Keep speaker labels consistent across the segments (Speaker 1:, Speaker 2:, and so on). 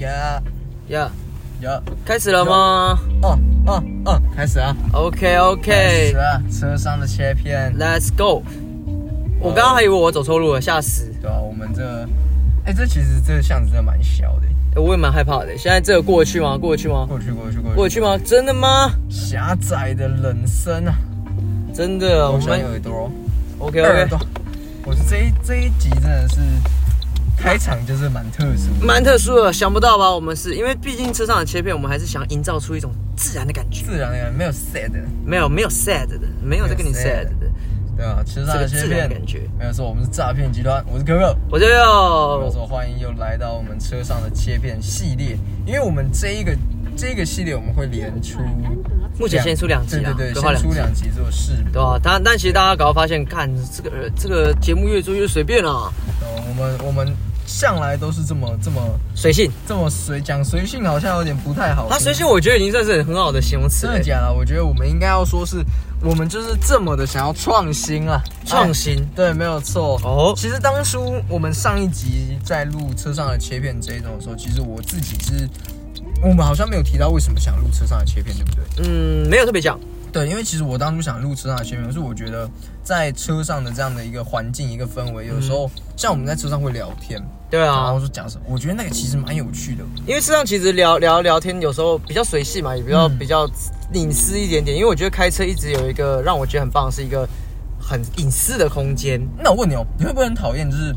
Speaker 1: 呀
Speaker 2: 呀、
Speaker 1: 呀，
Speaker 2: 开始了吗
Speaker 1: 哦哦哦，开始啊！
Speaker 2: ？OK
Speaker 1: 开始
Speaker 2: OK，Let's、
Speaker 1: 啊！车上的切片，
Speaker 2: go。我刚刚还以为我走错路了，吓死！
Speaker 1: 对啊，我们这，哎，这其实这个巷子真的蛮小的，欸
Speaker 2: 哎我也蛮害怕的。现在这个过得去吗？过得去吗？
Speaker 1: 过去过去过去，
Speaker 2: 过得去吗？真的吗？
Speaker 1: 狭窄的人生啊！
Speaker 2: 真呃的，我
Speaker 1: 我想
Speaker 2: 们
Speaker 1: 耳朵，
Speaker 2: OK
Speaker 1: 耳
Speaker 2: OK，
Speaker 1: 朵，我是这一这一集真的是开场就是蛮特殊的，
Speaker 2: 蛮特殊的，想不到吧？我们是因为毕竟车上的切片，我们还是想营造出一种自然的感觉，
Speaker 1: 自然的没有 sad，的
Speaker 2: 没有没有 sad 的，没有在跟你
Speaker 1: 没有 sad
Speaker 2: sad 的，
Speaker 1: 对啊，车
Speaker 2: 这
Speaker 1: 上
Speaker 2: 个
Speaker 1: 的
Speaker 2: 自
Speaker 1: 切
Speaker 2: 然的
Speaker 1: 片
Speaker 2: 感，觉。
Speaker 1: 没有错，我们是诈骗集团，我是可可。
Speaker 2: 我就
Speaker 1: 没有
Speaker 2: 要
Speaker 1: 错，欢迎又来到我们车上的切片系列，因为我们这一个这一个系列我们会连出两，
Speaker 2: 目前先出两集啦，
Speaker 1: 对对对，
Speaker 2: 规划
Speaker 1: 先
Speaker 2: 两
Speaker 1: 出
Speaker 2: 集。
Speaker 1: 两集做试播。
Speaker 2: 对啊，但但其实大家搞到发现，看这个这个节目越做越随便啊，
Speaker 1: 呃我们我们向来都是这么这么
Speaker 2: 随性。
Speaker 1: 这么随讲随性，好像有点不太好。
Speaker 2: 啊，随性我觉得已经算是很好的形容词
Speaker 1: 真
Speaker 2: 了
Speaker 1: 的。假的？我觉得我们应该要说是，我们就是这么的想要创新啊，
Speaker 2: 创新
Speaker 1: 哎对，没有错。
Speaker 2: 哦
Speaker 1: 其实当初我们上一集在录车上的切片这一种的时候，其实我自己是，我们好像没有提到为什么想录车上的切片，对不对？
Speaker 2: 嗯，没有特别讲，
Speaker 1: 对，因为其实我当初想录车上的切片，是我觉得在车上的这样的一个环境、一个氛围，有的时候、嗯像我们在车上会聊天，
Speaker 2: 对
Speaker 1: 然
Speaker 2: 啊
Speaker 1: 后，说讲什么，我觉得那个其实蛮有趣的。
Speaker 2: 因为车上其实聊聊聊天，有时候比较随性嘛，也比较、
Speaker 1: 嗯
Speaker 2: 比较隐私一点点。因为我觉得开车一直有一个让我觉得很棒的，是一个很隐私的空间。
Speaker 1: 那我问你哦，你会不会很讨厌，就是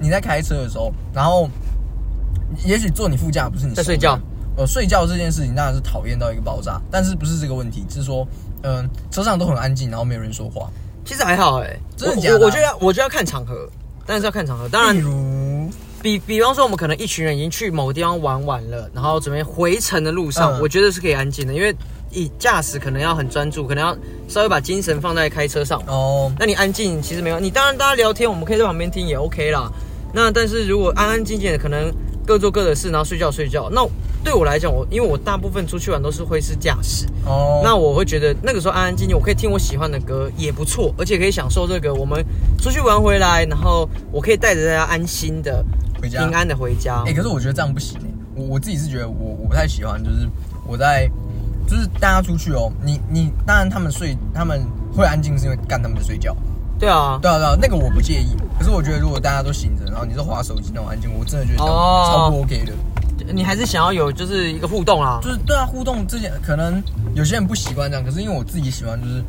Speaker 1: 你在开车的时候，然后也许坐你副驾不是你
Speaker 2: 在
Speaker 1: 熟
Speaker 2: 睡觉
Speaker 1: 人，呃，睡觉这件事情当然是讨厌到一个爆炸，但是不是这个问题，是说，嗯、车上都很安静，然后没有人说话。
Speaker 2: 其实还好哎、
Speaker 1: 真的
Speaker 2: 我
Speaker 1: 假的啊嗯
Speaker 2: 我我觉得我觉得要看场合，但是要看场合。当然
Speaker 1: 例，如，
Speaker 2: 比比方说，我们可能一群人已经去某个地方玩完了，然后准备回程的路上，
Speaker 1: 嗯
Speaker 2: 我觉得是可以安静的，因为以驾驶可能要很专注，可能要稍微把精神放在开车上。
Speaker 1: 哦，
Speaker 2: 那你安静其实没有，你当然大家聊天，我们可以在旁边听也 OK 啦。那但是如果安安静静的，可能各做各的事，然后睡觉睡觉。那对我来讲，我因为我大部分出去玩都是会是驾驶，
Speaker 1: 哦，
Speaker 2: 那我会觉得那个时候安安静静，我可以听我喜欢的歌也不错，而且可以享受这个我们出去玩回来，然后我可以带着大家安心的
Speaker 1: 回家
Speaker 2: 平安的回家。
Speaker 1: 哎、可是我觉得这样不行、欸，我我自己是觉得我我不太喜欢，就是我在就是大家出去哦，你你当然他们睡他们会安静是因为干他们在睡觉，
Speaker 2: 对啊，
Speaker 1: 对啊对啊，那个我不介意。可是我觉得如果大家都醒着，然后你是划手机那种安静，我真的觉得这样
Speaker 2: 哦
Speaker 1: 超不 OK 的。
Speaker 2: 你还是想要有就是一个互动啦。
Speaker 1: 就是对啊，互动之前可能有些人不习惯这样，可是因为我自己喜欢，就是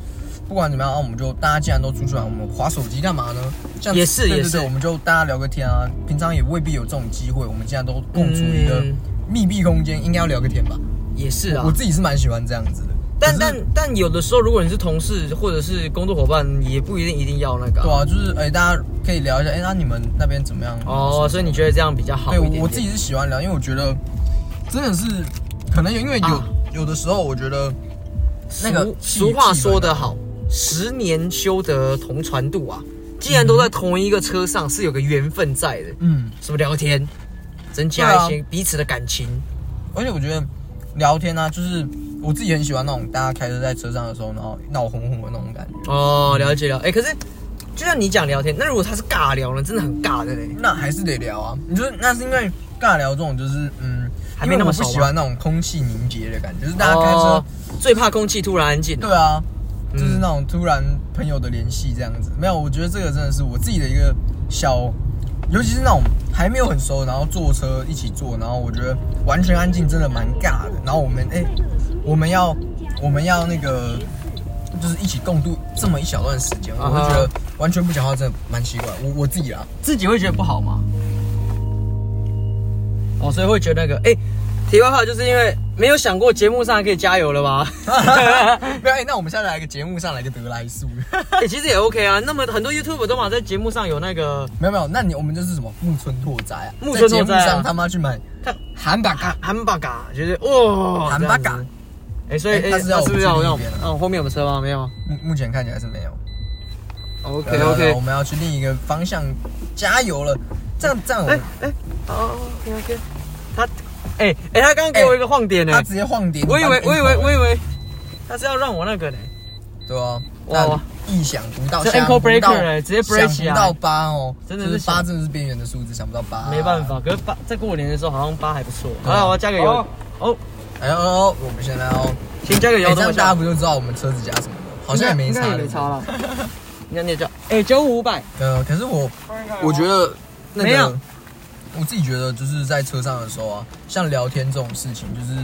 Speaker 1: 不管怎么样，啊、我们就大家既然都出去玩，我们划手机干嘛呢？这样
Speaker 2: 也是
Speaker 1: 对对
Speaker 2: 也是
Speaker 1: 对我们就大家聊个天啊，平常也未必有这种机会，我们既然都共处一个
Speaker 2: 嗯
Speaker 1: 密闭空间，应该要聊个天吧。
Speaker 2: 也是啊
Speaker 1: 我，自己是蛮喜欢这样子的。
Speaker 2: 但
Speaker 1: 可
Speaker 2: 但
Speaker 1: 是
Speaker 2: 但有的时候，如果你是同事或者是工作伙伴，也不一定一定要那个啊、
Speaker 1: 对啊，就是哎、大家可以聊一下，哎、那你们那边怎么样？
Speaker 2: 哦，所以你觉得这样比较好一
Speaker 1: 对，
Speaker 2: 点
Speaker 1: 我我自
Speaker 2: 己
Speaker 1: 己是喜欢聊，因为我觉得真的是可能有，因为有、
Speaker 2: 啊
Speaker 1: 有的时候我觉得那
Speaker 2: 那
Speaker 1: 个
Speaker 2: 个
Speaker 1: 气
Speaker 2: 俗话
Speaker 1: 气氛
Speaker 2: 说得
Speaker 1: 啊
Speaker 2: 好，十年修得同船渡啊。既然都在同一个车上，是有个缘分在的。
Speaker 1: 嗯，
Speaker 2: 什么聊天，增
Speaker 1: 对
Speaker 2: 加
Speaker 1: 啊
Speaker 2: 一些彼此的感情。
Speaker 1: 而且我觉得聊天啊，就是我自己很喜欢那种大家开车在车上的时候，然后闹哄哄的那种感觉，
Speaker 2: 哦，了解了。哎、可是就像你讲聊天，那如果他是尬聊呢，真的很尬的嘞。
Speaker 1: 那还是得聊啊。你就是那是因为尬聊这种就是嗯，
Speaker 2: 还没那么
Speaker 1: 因为我
Speaker 2: 熟
Speaker 1: 不
Speaker 2: 吗
Speaker 1: 喜欢那种空气凝结的感觉，就是大家开车，
Speaker 2: 哦最怕空气突然安静了。
Speaker 1: 对啊，
Speaker 2: 嗯
Speaker 1: 就是那种突然朋友的联系这样子。没有，我觉得这个真的是我自己的一个小。尤其是那种还没有很熟，然后坐车一起坐，然后我觉得完全安静真的蛮尬的。然后我们哎、我们要我们要那个就是一起共度这么一小段时间，
Speaker 2: 啊
Speaker 1: 我
Speaker 2: 哈
Speaker 1: 就觉得完全不讲话真的蛮奇怪。我我自己 啦，
Speaker 2: 自己会觉得不好吗？哦，所以会觉得那个，哎、题外话就是因为没有想过节目上还可以加油了 吧？啊
Speaker 1: 不要、哎那我们现在来个节目上来个得来 速，
Speaker 2: 哎、其实也 OK 啊。那么很多 YouTube 都嘛在节目上有那个
Speaker 1: 没有没有，那你我们就是什么木村拓哉啊，
Speaker 2: 木村拓哉啊
Speaker 1: 在节目上他妈去买
Speaker 2: 看
Speaker 1: 韩版卡，
Speaker 2: 韩巴嘎，就是哇，
Speaker 1: 韩巴嘎
Speaker 2: 哦这样子。哎、所以、
Speaker 1: 哎
Speaker 2: 哎，
Speaker 1: 他是要
Speaker 2: 是不是要
Speaker 1: 我们去
Speaker 2: 让我
Speaker 1: 另一
Speaker 2: 们
Speaker 1: 边？啊
Speaker 2: 嗯，后面有车吗？没有。
Speaker 1: 目目前看起来是没有。
Speaker 2: OK
Speaker 1: 对啊对啊
Speaker 2: OK
Speaker 1: 我。们要去另一个方向加油了，这样这样我
Speaker 2: 哎
Speaker 1: 们。
Speaker 2: 哎，哦，OK OK。他，哎、哎、他刚刚给我一个晃点呢、
Speaker 1: 欸他直接晃点，
Speaker 2: 我以为
Speaker 1: 你把
Speaker 2: 我
Speaker 1: 你
Speaker 2: 以
Speaker 1: 引跑
Speaker 2: 为
Speaker 1: 了
Speaker 2: 我以为他是要让我那个呢、
Speaker 1: 对啊，
Speaker 2: 哇
Speaker 1: 那意想不到，
Speaker 2: 这
Speaker 1: 想
Speaker 2: ankle
Speaker 1: 不到
Speaker 2: breaker 欸直接 break 起
Speaker 1: 想
Speaker 2: 来
Speaker 1: 不到八哦，
Speaker 2: 真的
Speaker 1: 就是是八，真的是边缘的数字，想不到八，
Speaker 2: 没办。法，可是八在过年的时候好像八还不错。好
Speaker 1: 啊对啊
Speaker 2: 了，我要加个油
Speaker 1: 哦
Speaker 2: 哦，
Speaker 1: 哎呦，我们现在哦，
Speaker 2: 先加个油，
Speaker 1: 哎，这
Speaker 2: 等我
Speaker 1: 样大家
Speaker 2: 加。
Speaker 1: 不就知道我们车子加什么了？好像也没
Speaker 3: 应
Speaker 1: 差
Speaker 3: 该也
Speaker 1: 对
Speaker 3: 没
Speaker 1: 不对
Speaker 3: 差了。
Speaker 2: 那你也加，哎，九五五百，
Speaker 1: 呃，可是我我觉得那
Speaker 2: 没有
Speaker 1: 个，我自己觉得就是在车上的时候啊，像聊天这种事情，就是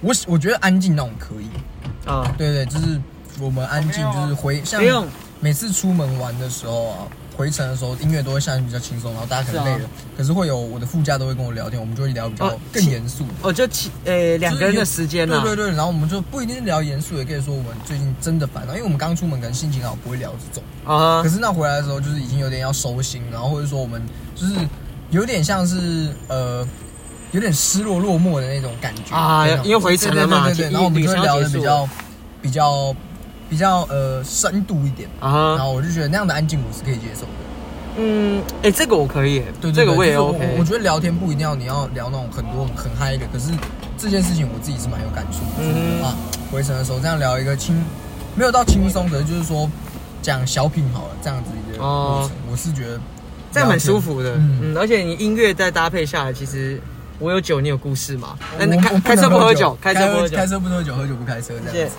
Speaker 1: 我喜我觉得安静那种可以，
Speaker 2: 啊，
Speaker 1: 对对，就是我们安静，就是回像
Speaker 2: 不用
Speaker 1: 每次出门玩的时候啊，回程的时候音乐都会下去比较轻松，然后大家可能
Speaker 2: 是啊
Speaker 1: 累了，可是会有我的副驾都会跟我聊天，我们就会聊比较
Speaker 2: 哦
Speaker 1: 更严肃。
Speaker 2: 哦，就七，呃，两个人的时间
Speaker 1: 对
Speaker 2: 啦。
Speaker 1: 对对，然后我们就不一定是聊严肃，也可以说我们最近真的烦恼，因为我们刚出门可能心情好，不会聊这种。
Speaker 2: 啊
Speaker 1: 可，是那回来的时候，就是已经有点要收心，然后或者说我们就是有点像是呃，有点失落落寞的那种感觉
Speaker 2: 啊
Speaker 1: 对那种
Speaker 2: 因为回程了嘛
Speaker 1: 对对对
Speaker 2: 就
Speaker 1: 对，然后我们就会聊的
Speaker 2: 旅
Speaker 1: 比
Speaker 2: 程要
Speaker 1: 较比较比较呃深度一点，
Speaker 2: 啊
Speaker 1: 然
Speaker 2: 哈，
Speaker 1: 后我就觉得那样的安静我是可以接受的。
Speaker 2: 嗯，哎，这个我可以，
Speaker 1: 对对
Speaker 2: 这个我也
Speaker 1: 就是
Speaker 2: OK
Speaker 1: 我。觉得聊天不一定要你要聊那种很多很嗨的，可是这件事情我自己是蛮有感触的。
Speaker 2: 嗯
Speaker 1: 嗯啊，回程的时候这样聊一个轻，没有到轻松，可是就是说讲小品好了，这样子一个过程，
Speaker 2: 哦
Speaker 1: 我是觉得
Speaker 2: 这样蛮舒服的，
Speaker 1: 嗯
Speaker 2: 嗯，而且你音乐再搭配下来，其实我有酒，你有故事嘛？那
Speaker 1: 我
Speaker 2: 你
Speaker 1: 我
Speaker 2: 开
Speaker 1: 不
Speaker 2: 开
Speaker 1: 能
Speaker 2: 车不喝
Speaker 1: 喝
Speaker 2: 酒，开车不喝酒
Speaker 1: 开，车不喝酒，喝酒不开车这
Speaker 2: 谢
Speaker 1: 样
Speaker 2: 谢
Speaker 1: 子。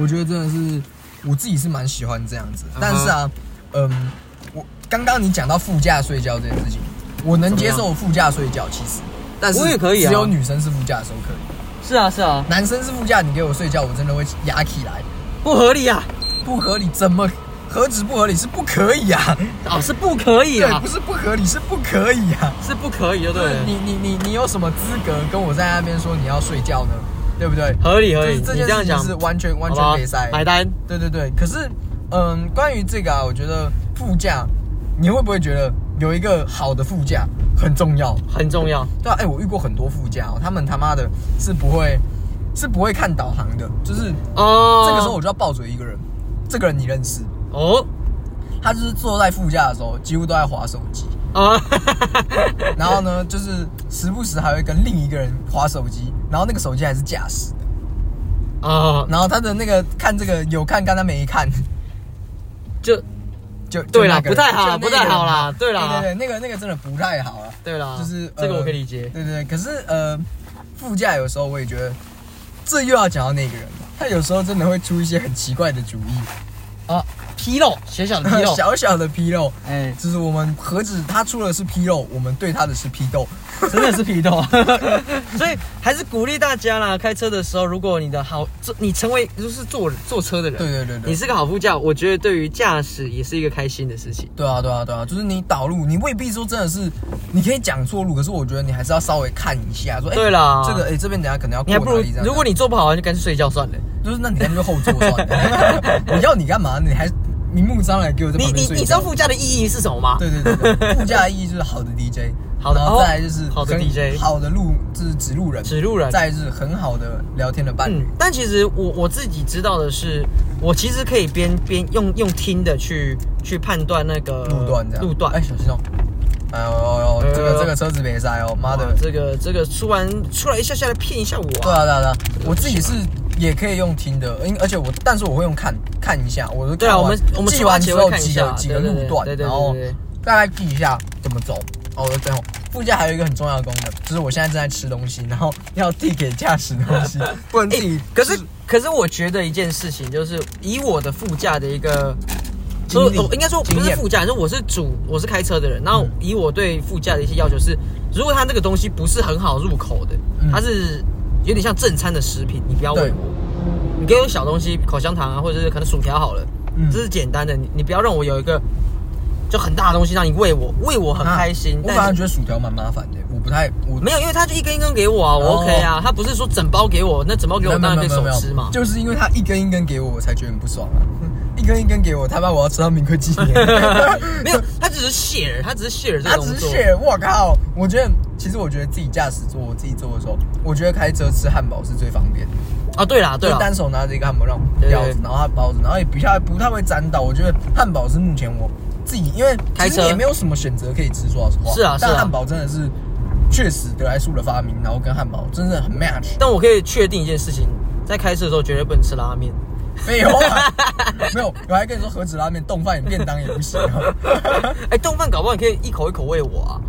Speaker 1: 我觉得真的是我自己是蛮喜欢这样子，但是啊，嗯，我刚刚你讲到副驾睡觉这件事情，我能接受副驾睡觉，其实。但是
Speaker 2: 我也可以啊
Speaker 1: 只有女生是副驾的时候可以，
Speaker 2: 是啊是啊，
Speaker 1: 男生是副驾，你给我睡觉，我真的会压起来，
Speaker 2: 不合理啊，
Speaker 1: 不合理，怎么何止不合理，是不可以啊！
Speaker 2: 啊是不可以
Speaker 1: 对，
Speaker 2: 啊
Speaker 1: 不，是不合理，是不可以啊！
Speaker 2: 是不可以，就对了
Speaker 1: 你，你你你有什么资格跟我在那边说你要睡觉呢？对不对？
Speaker 2: 合理合
Speaker 1: 就
Speaker 2: 理，
Speaker 1: 是
Speaker 2: 你
Speaker 1: 这
Speaker 2: 这
Speaker 1: 件
Speaker 2: 样
Speaker 1: 事情
Speaker 2: 讲，
Speaker 1: 是完全完
Speaker 2: 好
Speaker 1: 全
Speaker 2: 吧
Speaker 1: 可以塞。
Speaker 2: 买单，
Speaker 1: 对对对，可是嗯，关于这个啊，我觉得副驾，你会不会觉得有一个好的副驾很重要？
Speaker 2: 很重要，
Speaker 1: 对啊，哎、我遇过很多副驾哦，他们他妈的是不会是不会看导航的，就是
Speaker 2: 哦，
Speaker 1: 这个时候我就要抱着一个人，这个人你认识，
Speaker 2: 哦
Speaker 1: 他就是坐在副驾的时候几乎都在划手机，
Speaker 2: 啊，
Speaker 1: 然后呢，就是时不时还会跟另一个人划手机，然后那个手机还是驾驶的，
Speaker 2: 啊，
Speaker 1: 然后他的那个看这个有看，刚才没看。
Speaker 2: 就
Speaker 1: 就
Speaker 2: 对啦
Speaker 1: 就那个
Speaker 2: 不太好啦
Speaker 1: 就那个人
Speaker 2: 不太好啦对啦
Speaker 1: 对对对，那个那个真的不太好啊了，
Speaker 2: 对啦，
Speaker 1: 就是
Speaker 2: 啊这个
Speaker 1: 呃
Speaker 2: 我可以理解，
Speaker 1: 对对对，可是呃，副驾有时候我也觉得，这又要讲到那个人了，他有时候真的会出一些很奇怪的主意，
Speaker 2: 啊，纰漏，小小的纰 漏，
Speaker 1: 小小的纰漏，
Speaker 2: 哎，
Speaker 1: 就是我们何止他出的是纰漏，我们对他的是批斗，
Speaker 2: 真的是皮豆， 所以还是鼓励大家啦，开车的时候，如果你的好，这你成为就是坐坐车的人，
Speaker 1: 对对对对
Speaker 2: 你，是个好副驾，我觉得对于驾驶也是一个开心的事情。
Speaker 1: 对啊对啊对啊，就是你导路，你未必说真的是，你可以讲错路，可是我觉得你还是要稍微看一下，说哎，
Speaker 2: 对啦
Speaker 1: 这个哎这边等一下可能要
Speaker 2: 你
Speaker 1: 过
Speaker 2: 还不
Speaker 1: 哪
Speaker 2: 如
Speaker 1: 里这样，
Speaker 2: 如果你做不好，就干脆睡觉算了。
Speaker 1: 就是那你干脆后座算了， 我要你干嘛？你还明目张胆给我在
Speaker 2: 你
Speaker 1: 旁
Speaker 2: 你
Speaker 1: 边
Speaker 2: 你
Speaker 1: 睡
Speaker 2: 知道
Speaker 1: 觉？
Speaker 2: 副驾的意义是什么吗？
Speaker 1: 对对对 对，副驾的意义就是好的 DJ，
Speaker 2: 好的
Speaker 1: 然后再来就是
Speaker 2: 哦好的
Speaker 1: 很
Speaker 2: DJ
Speaker 1: 好的路就是指路人，
Speaker 2: 指路人
Speaker 1: 再来就是很好的聊天的伴
Speaker 2: 嗯
Speaker 1: 侣，，
Speaker 2: 但其实我我自己知道的是，我其实可以边边用用听的去去判断那个
Speaker 1: 路段这样。
Speaker 2: 路段。
Speaker 1: 哎，小心哦！哎呦呦
Speaker 2: 哎呦
Speaker 1: 呦，这个这个车子别塞哦，妈的
Speaker 2: 哇！这个这个突然出来一下下来骗一下我、
Speaker 1: 对
Speaker 2: 啊。
Speaker 1: 啊对啊对啊，我自己是也可以用听的，因而且我但是我会用看看一下，我都
Speaker 2: 对啊
Speaker 1: 看完
Speaker 2: 我们我们
Speaker 1: 记
Speaker 2: 出发
Speaker 1: 完
Speaker 2: 前
Speaker 1: 之
Speaker 2: 会
Speaker 1: 后
Speaker 2: 看一
Speaker 1: 几
Speaker 2: 下
Speaker 1: 个几个
Speaker 2: 对对对
Speaker 1: 路段
Speaker 2: 对，对对
Speaker 1: 然后
Speaker 2: 对对
Speaker 1: 大概记一下怎么走。哦，我最后副驾还有一个很重要的功能，就是我现在正在吃东西，然后要递给驾驶东 西，不能自己
Speaker 2: 欸。可是可是我觉得一件事情，就是以我的副驾的一个，
Speaker 1: 经
Speaker 2: 所
Speaker 1: 历
Speaker 2: 以哦我应该说不
Speaker 1: 经
Speaker 2: 是
Speaker 1: 验嗯
Speaker 2: 副驾，就是我是主，我是开车的人。然后以我对副驾的一些要求是，如果他那个东西不是很好入口的，
Speaker 1: 嗯
Speaker 2: 它是有点像正餐的食品，你不要喂
Speaker 1: 对
Speaker 2: 我，你给我小东西，口香糖啊，或者是可能薯条好了，
Speaker 1: 嗯
Speaker 2: 这是简单的，你你不要让我有一个就很大的东西让你喂我，喂我很
Speaker 1: 啊
Speaker 2: 开心。
Speaker 1: 我
Speaker 2: 但
Speaker 1: 反而
Speaker 2: 是
Speaker 1: 觉得薯条蛮麻烦的，我不太我
Speaker 2: 没有，因为他就一根一根给我啊，我
Speaker 1: 哦
Speaker 2: OK 啊，他不是说整包给我，那整包给
Speaker 1: 没
Speaker 2: 我
Speaker 1: 有没
Speaker 2: 当
Speaker 1: 有
Speaker 2: 然可
Speaker 1: 没
Speaker 2: 以
Speaker 1: 有
Speaker 2: 手
Speaker 1: 没有
Speaker 2: 吃嘛。
Speaker 1: 就是因为他一根一根给我，我才觉得很不爽啊！一根一根给我，他妈我要吃到民国几 年？
Speaker 2: 没有，他只是 share，他只是 share 这个
Speaker 1: 他
Speaker 2: 动
Speaker 1: 只
Speaker 2: 作。
Speaker 1: 是血，我靠！我觉得，其实我觉得自己驾驶座，我自己坐的时候，我觉得开车吃汉堡是最方便的，
Speaker 2: 啊，对啦，对
Speaker 1: 就
Speaker 2: 啦，
Speaker 1: 单手拿着一个汉堡让
Speaker 2: 对对
Speaker 1: 腰子，然后它包子，然后也比较不太会沾到。我觉得汉堡是目前我自己，因为
Speaker 2: 开
Speaker 1: 其实
Speaker 2: 车
Speaker 1: 你也没有什么选择可以吃，说老实话。
Speaker 2: 是啊是啊
Speaker 1: 但汉堡真的是确实得来速的发明，然后跟汉堡真的很 match。
Speaker 2: 但我可以确定一件事情，在开车的时候绝对不能吃拉面。
Speaker 1: 废 话，啊没有，我还跟你说，何止拉面，冻饭、便当也不行、 啊。
Speaker 2: 哎、冻饭搞不好你可以一口一口喂我啊，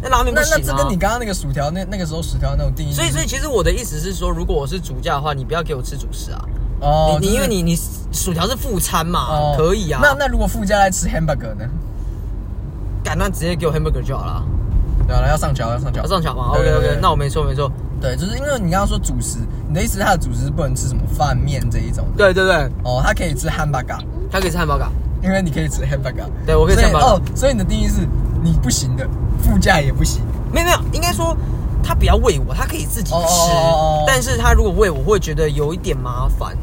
Speaker 2: 那拉面
Speaker 1: 那
Speaker 2: 不行
Speaker 1: 那
Speaker 2: 啊。
Speaker 1: 这跟你刚刚那个薯条，那那个时候薯条那种定义，
Speaker 2: 所以，所以其实我的意思是说，如果我是主驾的话，你不要给我吃主食啊。
Speaker 1: 哦，就
Speaker 2: 你你
Speaker 1: 是
Speaker 2: 因为你你薯条是副餐嘛，
Speaker 1: 哦
Speaker 2: 可以啊。
Speaker 1: 那那如果附加来吃 hamburger 呢？
Speaker 2: 敢那直接给我 hamburger 就好了，
Speaker 1: 对啊，要上桥，要上桥，
Speaker 2: 要上桥嘛。
Speaker 1: 对
Speaker 2: OK
Speaker 1: 对
Speaker 2: OK，
Speaker 1: 对
Speaker 2: 那我没错没错。
Speaker 1: 对，就是因为你刚刚说主食，你的意思是它的主食是不能吃什么饭面这一种的
Speaker 2: 对对对，
Speaker 1: 哦，它可以吃 hamburger，
Speaker 2: 他可以吃汉堡嘎。
Speaker 1: 因为你可以吃 hamburger。
Speaker 2: 对我可以吃
Speaker 1: 所
Speaker 2: hamburger
Speaker 1: 哦，所以你的定义是你不行的，副驾也不行。
Speaker 2: 没有没有，应该说他不要喂我，他可以自己吃。
Speaker 1: 哦哦哦哦哦
Speaker 2: 但是他如果喂我，会觉得有一点麻烦。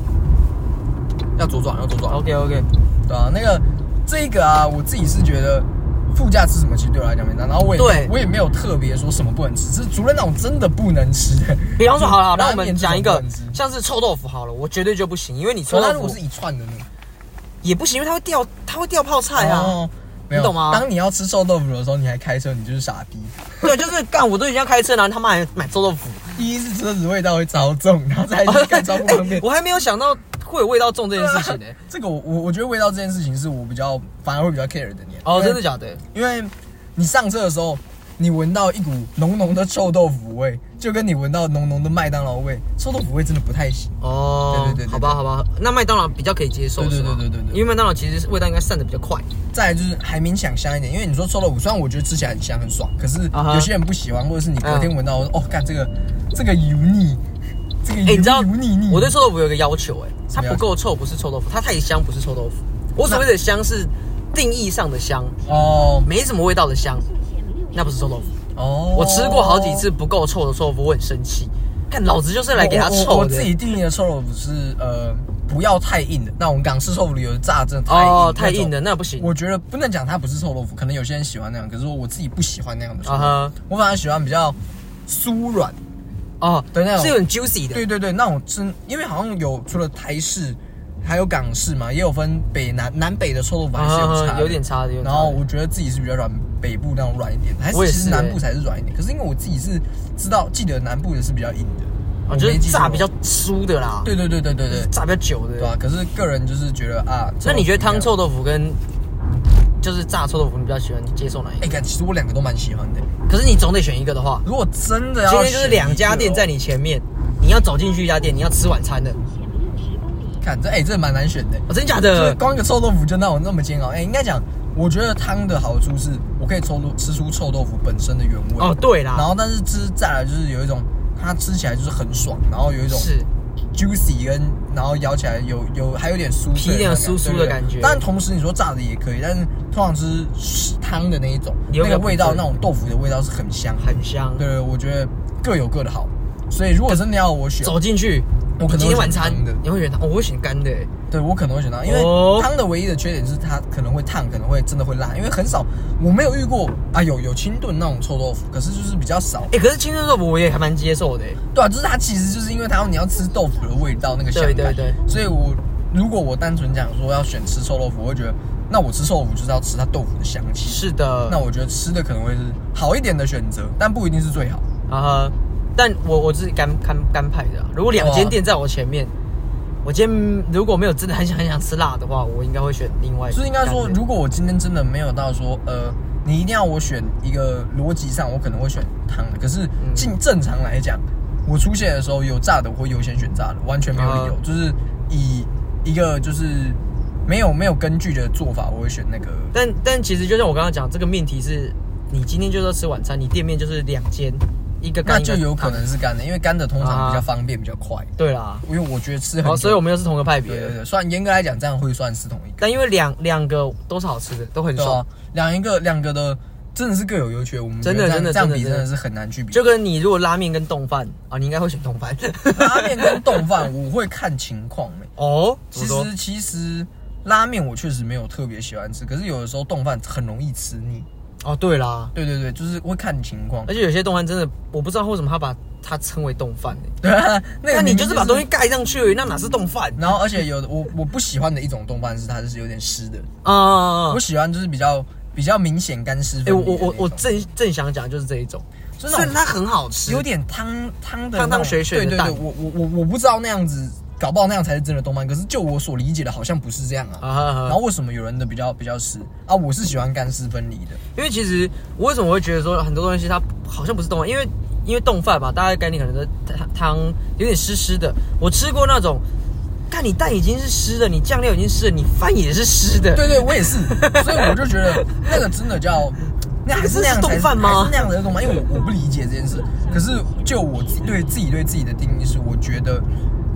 Speaker 1: 要左转，要左转。
Speaker 2: OK OK，
Speaker 1: 对啊，那个这个啊，我自己是觉得副驾吃什么其实对我来讲没差，然后我也
Speaker 2: 对
Speaker 1: 我也没有特别说什么不能吃，只是除了那种真的不能吃的，
Speaker 2: 比方说好了，那我
Speaker 1: 拉面
Speaker 2: 们
Speaker 1: 这种
Speaker 2: 讲一
Speaker 1: 不
Speaker 2: 个
Speaker 1: 能吃，
Speaker 2: 像是臭豆腐好了，我绝对就不行，因为你
Speaker 1: 可
Speaker 2: 臭
Speaker 1: 是它
Speaker 2: 豆
Speaker 1: 如
Speaker 2: 腐
Speaker 1: 果是一串的呢？
Speaker 2: 也不行，因为它会掉，它会掉泡菜啊。
Speaker 1: 哦没有
Speaker 2: 你懂吗
Speaker 1: 当你要吃臭豆腐的时候，你还开车，你就是傻逼。
Speaker 2: 对，就是干，我都已经要开车了，然后他妈还买臭豆腐，
Speaker 1: 第一是车子味道会超重，然后再来是干超不方便哎
Speaker 2: 哎。我还没有想到会有味道重这件事情呢、
Speaker 1: 这个我我我觉得味道这件事情是我比较反而会比较 care 的点。
Speaker 2: 哦，
Speaker 1: 因为
Speaker 2: 真的假的？
Speaker 1: 因为你上车的时候，你闻到一股浓浓的臭豆腐味，就跟你闻到浓浓的麦当劳味，臭豆腐味真的不太行。
Speaker 2: 哦，
Speaker 1: 对对对对对
Speaker 2: 好吧，好吧，那麦当劳比较可以接受，
Speaker 1: 对对
Speaker 2: 是吗
Speaker 1: 对对对对
Speaker 2: 因为麦当劳其实味道应该散的比较快。
Speaker 1: 再来就是还勉强香一点，因为你说臭豆腐，虽然我觉得吃起来很香很爽，可是
Speaker 2: 啊哈
Speaker 1: 有些人不喜欢，或者是你隔天
Speaker 2: 嗯
Speaker 1: 闻到，哦，干这个这个油腻，这个
Speaker 2: 哎、你知道
Speaker 1: 油油腻腻。
Speaker 2: 我对臭豆腐有一个要求、哎，它
Speaker 1: 什么要
Speaker 2: 不
Speaker 1: 求
Speaker 2: 够臭不是臭豆腐，它太香不是臭豆腐。我所谓的香是定义上的香，
Speaker 1: 哦
Speaker 2: 没什么味道的香，那不是臭豆腐。
Speaker 1: 哦，
Speaker 2: 我吃过好几次不够臭的臭豆腐，我很生气。看老子就是来给它
Speaker 1: 我我
Speaker 2: 臭
Speaker 1: 哦我
Speaker 2: 的
Speaker 1: 自。己定义的臭豆腐是呃，不要太硬的。那我们港式臭豆腐有的炸真的太硬
Speaker 2: 哦，
Speaker 1: 那
Speaker 2: 太
Speaker 1: 种
Speaker 2: 硬了，那不行。
Speaker 1: 我觉得不能讲它不是臭豆腐，可能有些人喜欢那样，可是我自己不喜欢那样的臭
Speaker 2: 啊
Speaker 1: 豆腐。
Speaker 2: 哈，
Speaker 1: 我反而喜欢比较酥软。
Speaker 2: 哦，
Speaker 1: 对那种
Speaker 2: 是有点 juicy 的。
Speaker 1: 对对对，那种真因为好像有除了台式，还有港式嘛，也有分北南南北的臭豆腐还是有差、
Speaker 2: 有点。差的，有点差的。
Speaker 1: 然后我觉得自己是比较软，北部那种软一点，还是
Speaker 2: 我也
Speaker 1: 其
Speaker 2: 是
Speaker 1: 实南部
Speaker 2: 欸
Speaker 1: 才是软一点。可是因为我自己是知道记得南部的哦是比较硬的，
Speaker 2: 我觉
Speaker 1: 没
Speaker 2: 得
Speaker 1: 记错
Speaker 2: 哦炸比较酥的啦，
Speaker 1: 对对对对对对，
Speaker 2: 炸比较久
Speaker 1: 对吧、
Speaker 2: 的。
Speaker 1: 可是个人就是觉得啊，
Speaker 2: 那你觉得汤
Speaker 1: 臭
Speaker 2: 臭豆腐跟就是炸臭豆腐，你比较喜欢接受哪
Speaker 1: 豆
Speaker 2: 一
Speaker 1: 腐不一样？哎、
Speaker 2: 个？
Speaker 1: 感其实我两个都蛮喜欢的。
Speaker 2: 可是你总得选一个的话，
Speaker 1: 如果真的要选一个
Speaker 2: 今
Speaker 1: 哦，
Speaker 2: 天就是两家店在你前面，你要走进去一家店，你要吃晚餐的，
Speaker 1: 看这，哎、这蛮难选的。
Speaker 2: 哦，真假
Speaker 1: 就是
Speaker 2: 的？
Speaker 1: 光一个臭豆腐就让我那么煎熬。哎、应该讲，我觉得汤的好处是我可以抽出吃出臭豆腐本身的原味。
Speaker 2: 哦，对
Speaker 1: 然
Speaker 2: 啦，
Speaker 1: 后但是吃再来就是有一种它吃起来就是很爽，然后有一种
Speaker 2: 是
Speaker 1: juicy 跟然后咬起来有有还有点酥
Speaker 2: 皮有点酥酥的感觉
Speaker 1: 但同时你说炸的也可以，但是通常吃汤的那一种，
Speaker 2: 有
Speaker 1: 那个
Speaker 2: 点
Speaker 1: 味道
Speaker 2: 不对
Speaker 1: 那种豆腐的味道是很香。
Speaker 2: 很香。
Speaker 1: 对，我觉得各有各的好。所以如果真的要我选，
Speaker 2: 走进去，
Speaker 1: 我可能
Speaker 2: 今
Speaker 1: 会
Speaker 2: 天
Speaker 1: 选
Speaker 2: 晚餐
Speaker 1: 汤的
Speaker 2: 你会选汤，哦我会选干的。欸
Speaker 1: 对我可能会选它，因为
Speaker 2: 哦
Speaker 1: 汤的唯一的缺点是它可能会烫，可能会真的会辣，因为很少我没有遇过啊，有有清炖那种臭豆腐，可是就是比较少。
Speaker 2: 哎，可是清蒸豆腐我也还蛮接受的。欸
Speaker 1: 对啊，就是它其实就是因为它你要吃豆腐的味道那个香
Speaker 2: 对
Speaker 1: 感，
Speaker 2: 对对。
Speaker 1: 所以我如果我单纯讲说要选吃臭豆腐，我会觉得那我吃臭豆腐就是要吃它豆腐的香气。
Speaker 2: 是的。
Speaker 1: 那我觉得吃的可能会是好一点的选择，但不一定是最好。
Speaker 2: 啊哈，但我我是干干干派的啊、如果两间店在我前面，我今天如果没有真的很想很想吃辣的话，我应该会选另外一个
Speaker 1: 所以
Speaker 2: 干的。
Speaker 1: 应该说，如果我今天真的没有到说，呃，你一定要我选一个逻辑上，我可能会选汤的。可是
Speaker 2: 嗯
Speaker 1: 进正常来讲，我出现的时候有炸的，我会优先选炸的，完全没有理由。
Speaker 2: 啊
Speaker 1: 就是以一个就是没有没有根据的做法，我会选那个。
Speaker 2: 但但其实就像我刚刚讲，这个命题是你今天就是要吃晚餐，你店面就是两间，一个
Speaker 1: 那
Speaker 2: 干一个
Speaker 1: 就有可
Speaker 2: 汤
Speaker 1: 能是干的，因为干的通常比较方便，比较快。
Speaker 2: 对啦。
Speaker 1: 因为我觉得吃很久，
Speaker 2: 好，哦所以我们又是同个派别
Speaker 1: 对
Speaker 2: 的
Speaker 1: 对对，虽然严格来讲这样会算是同一个，
Speaker 2: 但因为两两个都是好吃的，都很
Speaker 1: 对
Speaker 2: 爽，
Speaker 1: 啊，两一个两个的真的是各有优缺，我们觉得
Speaker 2: 真的
Speaker 1: 这样
Speaker 2: 真的
Speaker 1: 这样
Speaker 2: 真的
Speaker 1: 比
Speaker 2: 真
Speaker 1: 真
Speaker 2: 的
Speaker 1: 的是很难去比。
Speaker 2: 就跟你如果拉面跟冻饭啊，你应该会选冻饭。
Speaker 1: 拉面跟冻饭我会看情况、欸、
Speaker 2: 哦，
Speaker 1: 其
Speaker 2: 怎么说
Speaker 1: 实其实拉面我确实没有特别喜欢吃，可是有的时候冻饭很容易吃腻。
Speaker 2: 哦，对啦，
Speaker 1: 对对对，就是会看情况
Speaker 2: 而。且有些冻饭真的，我不知道为什么他把它称为冻饭呢、
Speaker 1: 对啊， 那
Speaker 2: 那
Speaker 1: 个
Speaker 2: 你
Speaker 1: 明明
Speaker 2: 就是把东西。盖上去，那哪是冻饭
Speaker 1: 然后，而且有的我我不喜欢的一种冻饭是它就是有点湿的，
Speaker 2: 啊
Speaker 1: 我？喜欢就是比较比较明显干湿分
Speaker 2: 哎，
Speaker 1: 离
Speaker 2: 我
Speaker 1: 的那
Speaker 2: 我
Speaker 1: 种。
Speaker 2: 我我正正想讲就是这一种，
Speaker 1: 就
Speaker 2: 虽
Speaker 1: 是那种
Speaker 2: 然它很好吃，
Speaker 1: 哦有点汤汤的
Speaker 2: 汤汤
Speaker 1: 那种
Speaker 2: 水水的
Speaker 1: 对对
Speaker 2: 蛋
Speaker 1: 对，我我我我不知道那样子搞不好那样才是真的动漫。可是就我所理解的，好像不是这样啊。
Speaker 2: 啊哈
Speaker 1: 然
Speaker 2: 哈
Speaker 1: 后。为什么有人的比较比较湿啊？我是喜欢干湿分离的。
Speaker 2: 因为其实我为什么会觉得说很多东西它好像不是动漫，因为因为冻饭吧，大家的概念可能是汤汤有点湿湿的。我吃过那种，但你蛋已经是湿的，你酱料已经湿了，你饭也是湿的。
Speaker 1: 对对，我也是，所以我就觉得那个真的叫。 那还是那样才
Speaker 2: 那个是动漫吗
Speaker 1: 还是那样才是动漫，因为我我不理解这件事。可是就我自己对自己对自己的定义是，我觉得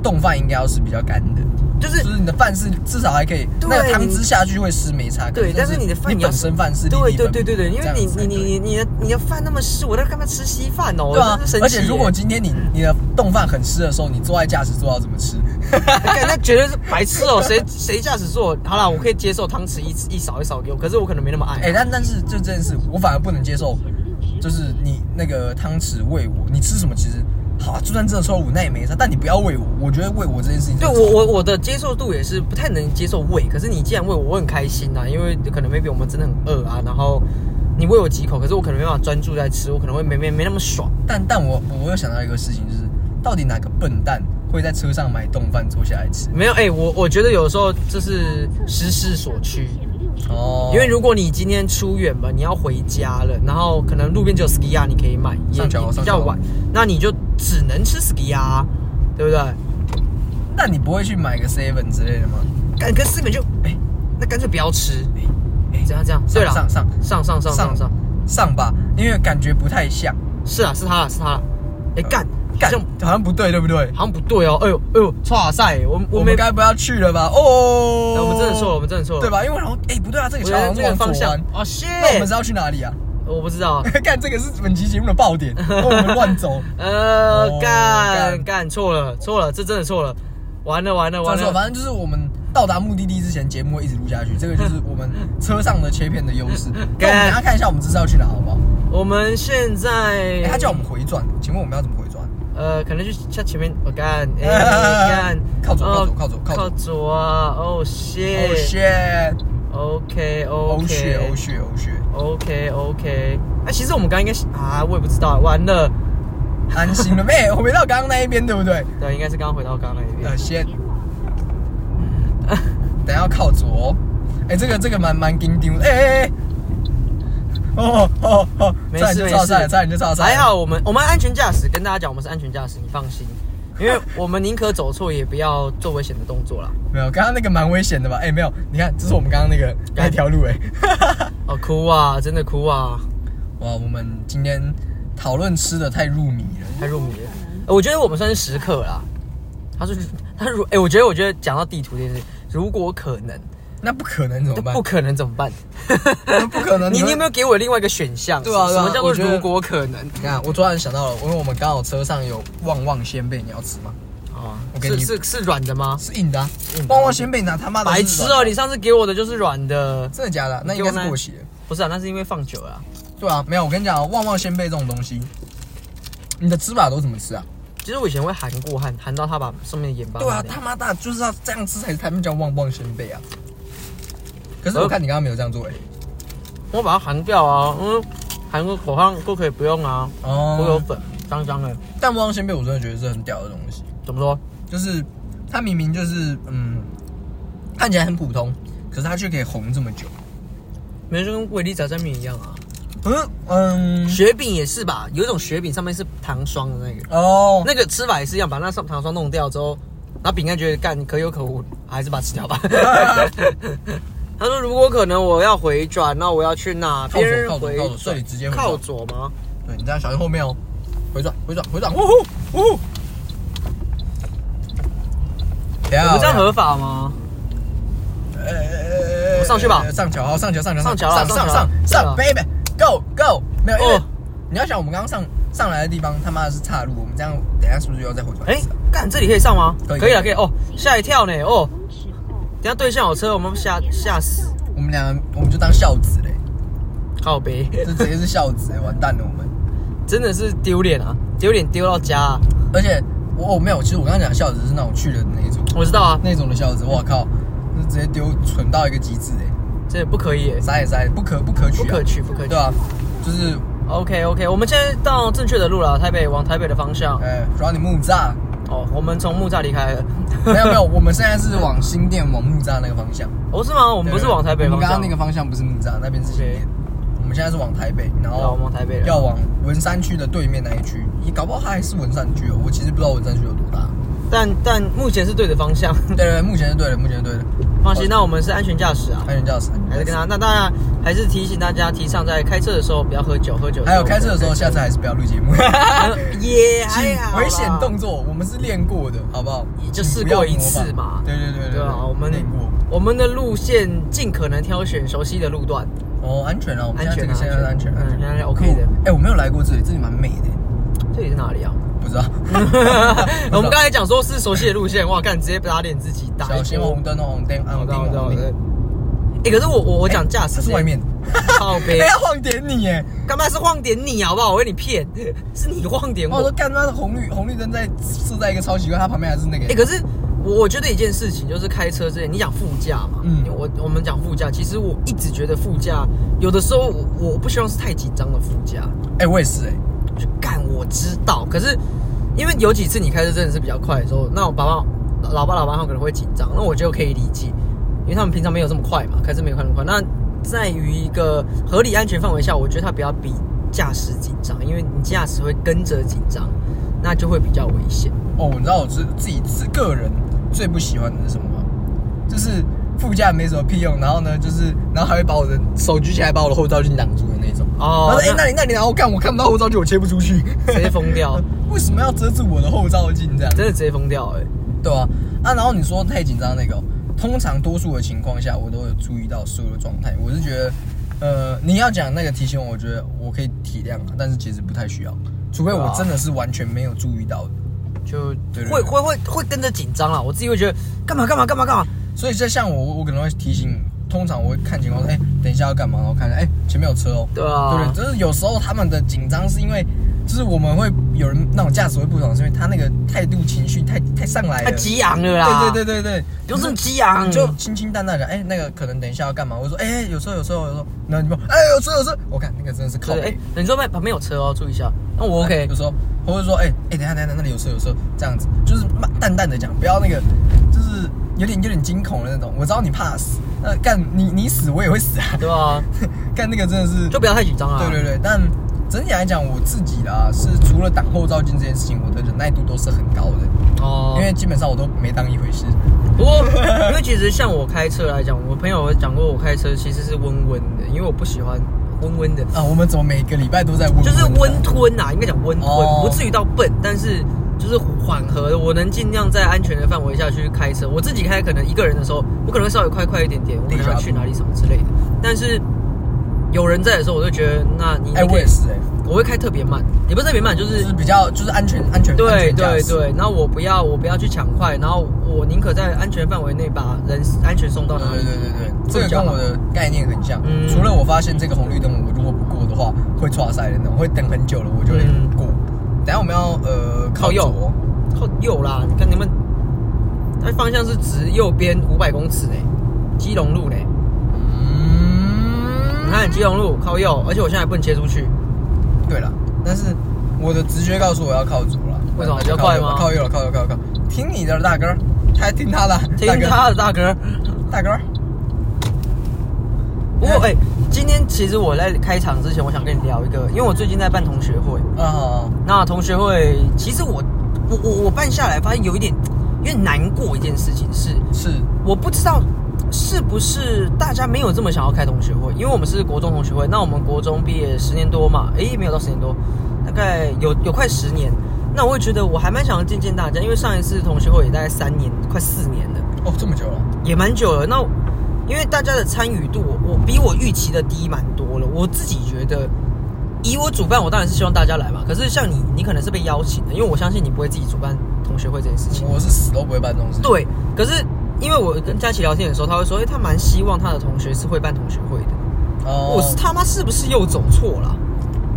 Speaker 1: 冻饭应该要是比较干的，
Speaker 2: 就是
Speaker 1: 就是你的饭是至少还可以，
Speaker 2: 对
Speaker 1: 那个汤
Speaker 2: 你
Speaker 1: 汁下去会湿没差。可
Speaker 2: 对，但
Speaker 1: 是
Speaker 2: 是你的饭
Speaker 1: 你
Speaker 2: 也要
Speaker 1: 本身饭是粒
Speaker 2: 对
Speaker 1: 粒
Speaker 2: 对
Speaker 1: 分
Speaker 2: 对对对，
Speaker 1: 明
Speaker 2: 因为
Speaker 1: 这
Speaker 2: 你
Speaker 1: 样才
Speaker 2: 你你
Speaker 1: 对
Speaker 2: 你你的你的饭那么湿，我在干嘛吃稀饭哦？
Speaker 1: 对啊
Speaker 2: 我真是，
Speaker 1: 而
Speaker 2: 生气耶。
Speaker 1: 且如果今天你你的冻饭很湿的时候，你坐在驾驶座要怎么吃？
Speaker 2: 干那绝对是白痴哦！谁谁驾驶座？好啦，我可以接受汤匙一一勺一勺给我，可是我可能没那么爱。
Speaker 1: 哎、但但是就这件事，我反而不能接受，就是你那个汤匙喂我，你吃什么其实好、啊，就算真的臭乳那也没差，但你不要喂我，我觉得喂我这件事情
Speaker 2: 对
Speaker 1: 真的
Speaker 2: 我我我的接受度也是不太能接受喂，可是你既然喂我，我很开心呐、因为可能 maybe 我们真的很饿啊，然后你喂我几口，可是我可能没办法专注在吃，我可能会没没没那么爽。
Speaker 1: 但但我我又想到一个事情，就是到底哪个笨蛋会在车上买冻饭坐下来吃？
Speaker 2: 没有哎、我我觉得有时候这是时势所趋，
Speaker 1: 哦，
Speaker 2: 因为如果你今天出远门，你要回家了，然后可能路边只有 ski 啊，你可以买，也
Speaker 1: 上桥
Speaker 2: 比
Speaker 1: 上
Speaker 2: 较
Speaker 1: 桥
Speaker 2: 晚，那你就只能吃 ski 啊，对不对？
Speaker 1: 那你不会去买个 seven 之类的吗？
Speaker 2: 干跟四本就哎、那干脆不要吃，
Speaker 1: 哎哎
Speaker 2: 怎样这样？对了，
Speaker 1: 上上
Speaker 2: 上上上上上，
Speaker 1: 上吧，因为感觉不太像，
Speaker 2: 是啊，是他了，是他了。
Speaker 1: 呃
Speaker 2: 哎、干
Speaker 1: 感
Speaker 2: 好像
Speaker 1: 好像不对，对不对？
Speaker 2: 好像不对哦，哎呦哎呦，哇塞，我们
Speaker 1: 我
Speaker 2: 没
Speaker 1: 们，该不要去了吧？哦，
Speaker 2: 哎我们真的错了，我们真的错了，
Speaker 1: 对？吧？因为然后哎，不对啊，这个
Speaker 2: 我
Speaker 1: 桥好像
Speaker 2: 觉得
Speaker 1: 是
Speaker 2: 这个
Speaker 1: 往左
Speaker 2: 方向
Speaker 1: 弯，
Speaker 2: 哦，谢，
Speaker 1: 那我们是要去哪里啊？
Speaker 2: 我不 知道，
Speaker 1: 干，这个是本期节目的爆 点，我们乱走。
Speaker 2: 呃
Speaker 1: 哦，
Speaker 2: 干
Speaker 1: 干
Speaker 2: 干错了错了，这真的错了，完了完了
Speaker 1: 反
Speaker 2: 完
Speaker 1: 正
Speaker 2: 了，
Speaker 1: 反正就是我们到达目的地之前，节目会一直录下去，这个就是我们车上的切片的优 势。那我们等一下看一下我们这次要去哪，好不好？
Speaker 2: 我们现在
Speaker 1: 哎，他叫我们回转，请问我们要怎么回转？
Speaker 2: 呃，可能就像前面我干哎 干
Speaker 1: 靠左
Speaker 2: 哦
Speaker 1: 靠左靠左靠左
Speaker 2: 靠左啊，哦
Speaker 1: 哦
Speaker 2: 谢
Speaker 1: 血，
Speaker 2: ，OK
Speaker 1: 哦
Speaker 2: OK
Speaker 1: 血，哦血，哦血，
Speaker 2: OK OK，啊，其实我们刚刚应该是啊，我也不知道，完了，
Speaker 1: 安心了没？ 回到刚刚那一边，对不对？
Speaker 2: 对，应该是刚刚回到刚刚那一
Speaker 1: 呃，
Speaker 2: 边。
Speaker 1: 先，等一下要靠左。哎，这个这个蛮蛮叮叮。哎哎哎，哦哦哦，
Speaker 2: 没
Speaker 1: 差点
Speaker 2: 事
Speaker 1: 就
Speaker 2: 没
Speaker 1: 超
Speaker 2: 事
Speaker 1: 赛了，差点就超赛了。
Speaker 2: 还好我们我们安全驾驶，跟大家讲我们是安全驾驶，你放心，因为我们宁可走错也不要做危险的动作啦。
Speaker 1: 没有，刚刚那个蛮危险的吧？哎、没有，你看，这是我们刚刚那个那一条路哎、
Speaker 2: 哦，哭啊，真的哭啊，
Speaker 1: 哇，我们今天讨论吃的太入迷了。
Speaker 2: 太入迷了。呃我觉得我们算是食客啦。他说 他如哎、我觉得我觉得讲到地图这件事，如果可能，
Speaker 1: 那不可能怎么办？
Speaker 2: 不可能怎么办？
Speaker 1: 那不可能
Speaker 2: 你
Speaker 1: 你
Speaker 2: 你
Speaker 1: 会
Speaker 2: 有没有给我另外一个选项？
Speaker 1: 对啊对啊
Speaker 2: 什么叫做
Speaker 1: 我觉得
Speaker 2: 如果可能？
Speaker 1: 你看，我突然想到了，因为我们刚好车上有旺旺仙贝，你要吃吗？
Speaker 2: 哦
Speaker 1: 我，给
Speaker 2: 是
Speaker 1: 你
Speaker 2: 是是软的吗？
Speaker 1: 是硬的、啊
Speaker 2: 硬，的
Speaker 1: 旺旺仙贝拿他妈的
Speaker 2: 白
Speaker 1: 是
Speaker 2: 痴
Speaker 1: 软的
Speaker 2: 哦！你上次给我的就是软的，
Speaker 1: 真的假的？那应该是过期的。
Speaker 2: 不是啊？那是因为放久了啊、
Speaker 1: 对啊，没有，我跟你讲，旺旺仙贝这种东西，你的吃法都怎么吃啊？
Speaker 2: 其实我以前会含过汗，含到它把上面的盐巴
Speaker 1: 对
Speaker 2: 拿
Speaker 1: 啊，
Speaker 2: 掉
Speaker 1: 他妈的，就是要这样吃才才能叫旺旺仙贝啊。可
Speaker 2: 呃
Speaker 1: 是我看你刚刚没有这样做哎、
Speaker 2: 我把它含掉啊，因为含个口腔都可以不用啊，
Speaker 1: 哦
Speaker 2: 我有粉，香香的，
Speaker 1: 但汪仙贝我真的觉得是很屌的东西，
Speaker 2: 怎么说？
Speaker 1: 就是它明明就是嗯，看起来很普通，可是它却可以红这么久。
Speaker 2: 没就跟维力炸酱面一样啊，
Speaker 1: 不是，嗯，
Speaker 2: 雪饼也是吧？有一种雪饼上面是糖霜的那个，
Speaker 1: 哦，
Speaker 2: 那个吃法也是一样，把那上糖霜弄掉之后，然后饼干觉得干可有可无，还是把它 吃掉吧。他说：“如果可能，我要回转，那我要去哪
Speaker 1: 靠左
Speaker 2: 边
Speaker 1: 靠左
Speaker 2: 回
Speaker 1: 靠左
Speaker 2: 转
Speaker 1: 这里直接回转
Speaker 2: 靠左吗？
Speaker 1: 对你这样小心后面哦，回转回转回转，呜呼呜呼。等一下
Speaker 2: 我们这样合法吗？
Speaker 1: 呃呃
Speaker 2: 我上去吧
Speaker 1: 呃上桥，好，上桥，上桥，
Speaker 2: 上桥
Speaker 1: 上
Speaker 2: 啦
Speaker 1: 上
Speaker 2: 上桥
Speaker 1: 上
Speaker 2: 啦
Speaker 1: 上
Speaker 2: 对
Speaker 1: ，baby go go，没有，因为
Speaker 2: 哦
Speaker 1: 你要想我们刚刚上上来的地方他妈的是岔路，我们这样等一下是不是又要再回转
Speaker 2: 哎
Speaker 1: 一次啊？，
Speaker 2: 干这里可以上吗？
Speaker 1: 可以
Speaker 2: 可以了，
Speaker 1: 可
Speaker 2: 可
Speaker 1: 以
Speaker 2: 以哦，吓一跳呢哦。等下对向有车，我们吓吓死，
Speaker 1: 我们两个我们就当孝子嘞，
Speaker 2: 靠背，
Speaker 1: 这直接是孝子欸，完蛋了我们。
Speaker 2: 真的是丢脸啊，丢脸丢到家、啊。
Speaker 1: 而且我我哦没有，其实我刚刚讲孝子是那种去的那一种，
Speaker 2: 我知道啊，
Speaker 1: 那种的孝子，我靠，那直接丢蠢到一个极致哎，
Speaker 2: 这不可以耶，
Speaker 1: 啥也啥也不可不可取、啊，
Speaker 2: 不可取，不可取
Speaker 1: 对。啊，就是
Speaker 2: OK OK，我们现在到正确的路了，台北往台北的方向。
Speaker 1: 呃，抓你木栅，
Speaker 2: 哦，我们从木栅离开了。
Speaker 1: 没有没有，我们现在是往新店往木栅那个方向。
Speaker 2: 哦，是吗？我
Speaker 1: 我
Speaker 2: 们不是往台北
Speaker 1: 我
Speaker 2: 方
Speaker 1: 们刚刚
Speaker 2: 向
Speaker 1: 那个方向不是木栅，那边是新店
Speaker 2: OK。
Speaker 1: 我们现在是往台北，然
Speaker 2: 对啊我
Speaker 1: 后
Speaker 2: 们往台北了
Speaker 1: 哦要往文山区的对面那一区。你搞不好它还是文山区哦，我其实不知道文山区有多大。
Speaker 2: 但但目前是对的方向，
Speaker 1: 对对，对目前是对的，目前是对的。
Speaker 2: 放心，那我们是安全驾驶啊。
Speaker 1: 安全驾驶，
Speaker 2: 还是跟他，那当然还是提醒大家，提倡在开车的时候不要喝酒，喝酒
Speaker 1: 还有开车的时候，下次还是不要录节目。
Speaker 2: 也
Speaker 1: 请
Speaker 2: 还好啦
Speaker 1: 危险动作，我们是练过的，好不好？
Speaker 2: 就
Speaker 1: 请
Speaker 2: 试
Speaker 1: 不要
Speaker 2: 过一
Speaker 1: 模
Speaker 2: 次
Speaker 1: 仿
Speaker 2: 嘛
Speaker 1: 对对对
Speaker 2: 对啊，我们
Speaker 1: 练过。
Speaker 2: 我们的路线尽可能挑选熟悉的路段，
Speaker 1: 哦，安全啊！我们现在这个
Speaker 2: 安
Speaker 1: 现
Speaker 2: 全啊
Speaker 1: 在是安全，
Speaker 2: 安全
Speaker 1: 安全
Speaker 2: 嗯那 OK 的
Speaker 1: 酷哎，我没有来过这里，这里蛮美的，
Speaker 2: 这里是哪 里啊？。
Speaker 1: 不知道
Speaker 2: 我们刚才讲说是熟悉的路线，哇，干直接打脸自己，打一波
Speaker 1: 小心红灯哦，红灯，
Speaker 2: 我
Speaker 1: 红
Speaker 2: 知道
Speaker 1: 灯，
Speaker 2: 我知道，我
Speaker 1: 红
Speaker 2: 知道
Speaker 1: 灯。
Speaker 2: 哎，可是我我我讲驾驶
Speaker 1: 这是外面，
Speaker 2: 靠
Speaker 1: 哎，
Speaker 2: 背，
Speaker 1: 要晃点你哎！
Speaker 2: 干嘛是晃点你好不好？我被你骗，是你晃点
Speaker 1: 哦我
Speaker 2: 我
Speaker 1: 说。干他妈的红绿红绿灯在设在一个超奇怪，它旁边还是那
Speaker 2: 哎、
Speaker 1: 个。
Speaker 2: 可是我我觉得一件事情就是开车之前，你讲副驾嘛，
Speaker 1: 嗯
Speaker 2: 嗯，我我们讲副驾，其实我一直觉得副驾有的时候我我不希望是太紧张的副驾，
Speaker 1: 哎，我也是哎，
Speaker 2: 就干我知道，可是因为有几次你开车真的是比较快的时候，那我爸爸老爸老妈他们可能会紧张，那我就可以理解，因为他们平常没有这么快嘛，开车没有快那么快，那在于一个合理安全范围下，我觉得他不要比驾驶紧张，因为你驾驶会跟着紧张，那就会比较危险。
Speaker 1: 哦，你知道我自自己自个人最不喜欢的是什么吗？就是副驾没什么屁用，然后呢，就是然后还会把我的手举起来，把我的后照镜挡住的那种。然
Speaker 2: 哦
Speaker 1: 后说：“哎、那你那你然后干，我看不到后照镜，我切不出去，哦
Speaker 2: 直接疯 掉。
Speaker 1: 为什么要遮住我的后照镜这样？
Speaker 2: 真的直接疯掉哎、
Speaker 1: 对啊，啊，然后你说太紧张那个哦、通常多数的情况下，我都有注意到所有的状态。我是觉得，呃，你要讲那个提醒我，我觉得我可以体谅，啊但是其实不太需要，除非
Speaker 2: 对
Speaker 1: 我
Speaker 2: 啊
Speaker 1: 真的是完全没有注意到的。
Speaker 2: 就
Speaker 1: 对对
Speaker 2: 会
Speaker 1: 对
Speaker 2: 会会会跟着紧张啦。啊我自己会觉得干嘛干嘛干嘛干嘛，
Speaker 1: 所以就像我，我我可能会提醒，通常我会看情况，说，哎、等一下要干嘛？然后看，哎、前面有车哦。
Speaker 2: 对啊
Speaker 1: 对不对，就是有时候他们的紧张是因为，就是我们会有人那种驾驶会不爽，是因为他那个态度情绪太太上来了。
Speaker 2: 太激昂了啦。
Speaker 1: 对对对对对，
Speaker 2: 不用这么激昂，
Speaker 1: 你就轻轻淡淡讲，哎、那个可能等一下要干嘛？我说，哎、有车有车有车，然后你们，哎、有车有车，我看那个真的是靠
Speaker 2: 对
Speaker 1: 北
Speaker 2: 哎、你说旁旁边有车哦，注意一下。那我 OK，
Speaker 1: 有时候或者说，哎、哎、等一下等一下，那里有车有车，这样子就是慢淡淡的讲，不要那个，就是有点有点惊恐的那种。我知道你怕死，那干你你死我也会死啊，
Speaker 2: 对吧？
Speaker 1: 干那个真的是，
Speaker 2: 就不要太紧张啊啦。
Speaker 1: 对对对。但整体来讲，我自己啦是除了挡后照镜这件事情，我的忍耐度都是很高的，
Speaker 2: 哦
Speaker 1: 因，为基本上我都没当一回事。
Speaker 2: 不过因为其实像我开车来讲，我朋友有讲过，我开车其实是温温的，因为我不喜欢温温的，
Speaker 1: 啊，我们怎么每个礼拜都在温啊
Speaker 2: 就是
Speaker 1: 的
Speaker 2: 温吞啊呐、应该讲温吞，
Speaker 1: 哦
Speaker 2: 不至于到笨，但是就是缓和的。我能尽量在安全的范围下去开车。我自己开可能一个人的时候，我可能会稍微快快一点点，我可能要去哪里什么之类的。但是有人在的时候，我就觉得那你
Speaker 1: 哎、
Speaker 2: 你可
Speaker 1: 我
Speaker 2: 以
Speaker 1: 也是哎、哎
Speaker 2: 我会开特别慢，也不是特别慢，就
Speaker 1: 就是是。比较就是安全安全安
Speaker 2: 对
Speaker 1: 全驾
Speaker 2: 对
Speaker 1: 驶
Speaker 2: 对，然后我不要我不要去抢快，然后我宁可在安全范围内把人安全送到哪
Speaker 1: 对
Speaker 2: 里。
Speaker 1: 对对对，
Speaker 2: 这
Speaker 1: 这
Speaker 2: 个
Speaker 1: 个
Speaker 2: 叫
Speaker 1: 跟我的概念很像。
Speaker 2: 嗯
Speaker 1: 除了我发现这个红绿灯，我如果不过的话，会岔赛的那种，会等很久了，我就会
Speaker 2: 嗯
Speaker 1: 过。等下我们要呃
Speaker 2: 靠右
Speaker 1: 左
Speaker 2: 靠右啦，你看你们，那方向是直右边五百公尺呢，基隆路呢。
Speaker 1: 嗯
Speaker 2: 你看基隆路靠右，而且我现在还不能切出去，
Speaker 1: 对了，但是我的直觉告诉我要靠左了。
Speaker 2: 为什么
Speaker 1: 那就
Speaker 2: 比较
Speaker 1: 靠
Speaker 2: 快
Speaker 1: 右
Speaker 2: 吗
Speaker 1: 靠右了，靠右靠右靠右，听你的大哥，他还听他的，
Speaker 2: 听他的大哥。
Speaker 1: 大哥，大啊哥，
Speaker 2: 不过哎、今天其实我在开场之前，我想跟你聊一个，因为我最近在办同学会。
Speaker 1: 啊好，
Speaker 2: 那同学会，其实我我我我办下来发现有一点，有点难过一件事情是，
Speaker 1: 是
Speaker 2: 我不知道是不是大家没有这么想要开同学会，因为我们是国中同学会，那我们国中毕业十年多嘛，诶，没有到十年多，大概有有快十年。那我会觉得我还蛮想要见见大家，因为上一次同学会也大概三年，快四年了，
Speaker 1: 哦这么久了，
Speaker 2: 也蛮久了。那我因为大家的参与度，我我比我预期的低蛮多了。我自己觉得，以我主办，我当然是希望大家来嘛。可是像你，你可能是被邀请的，因为我相信你不会自己主办同学会这件事情。
Speaker 1: 我是死都不会办这种事。，
Speaker 2: 对，可是因为我跟佳琪聊天的时候，他会说，哎、他蛮希望他的同学是会办同学会的。
Speaker 1: 哦，
Speaker 2: 我是他妈是不是又走 错了？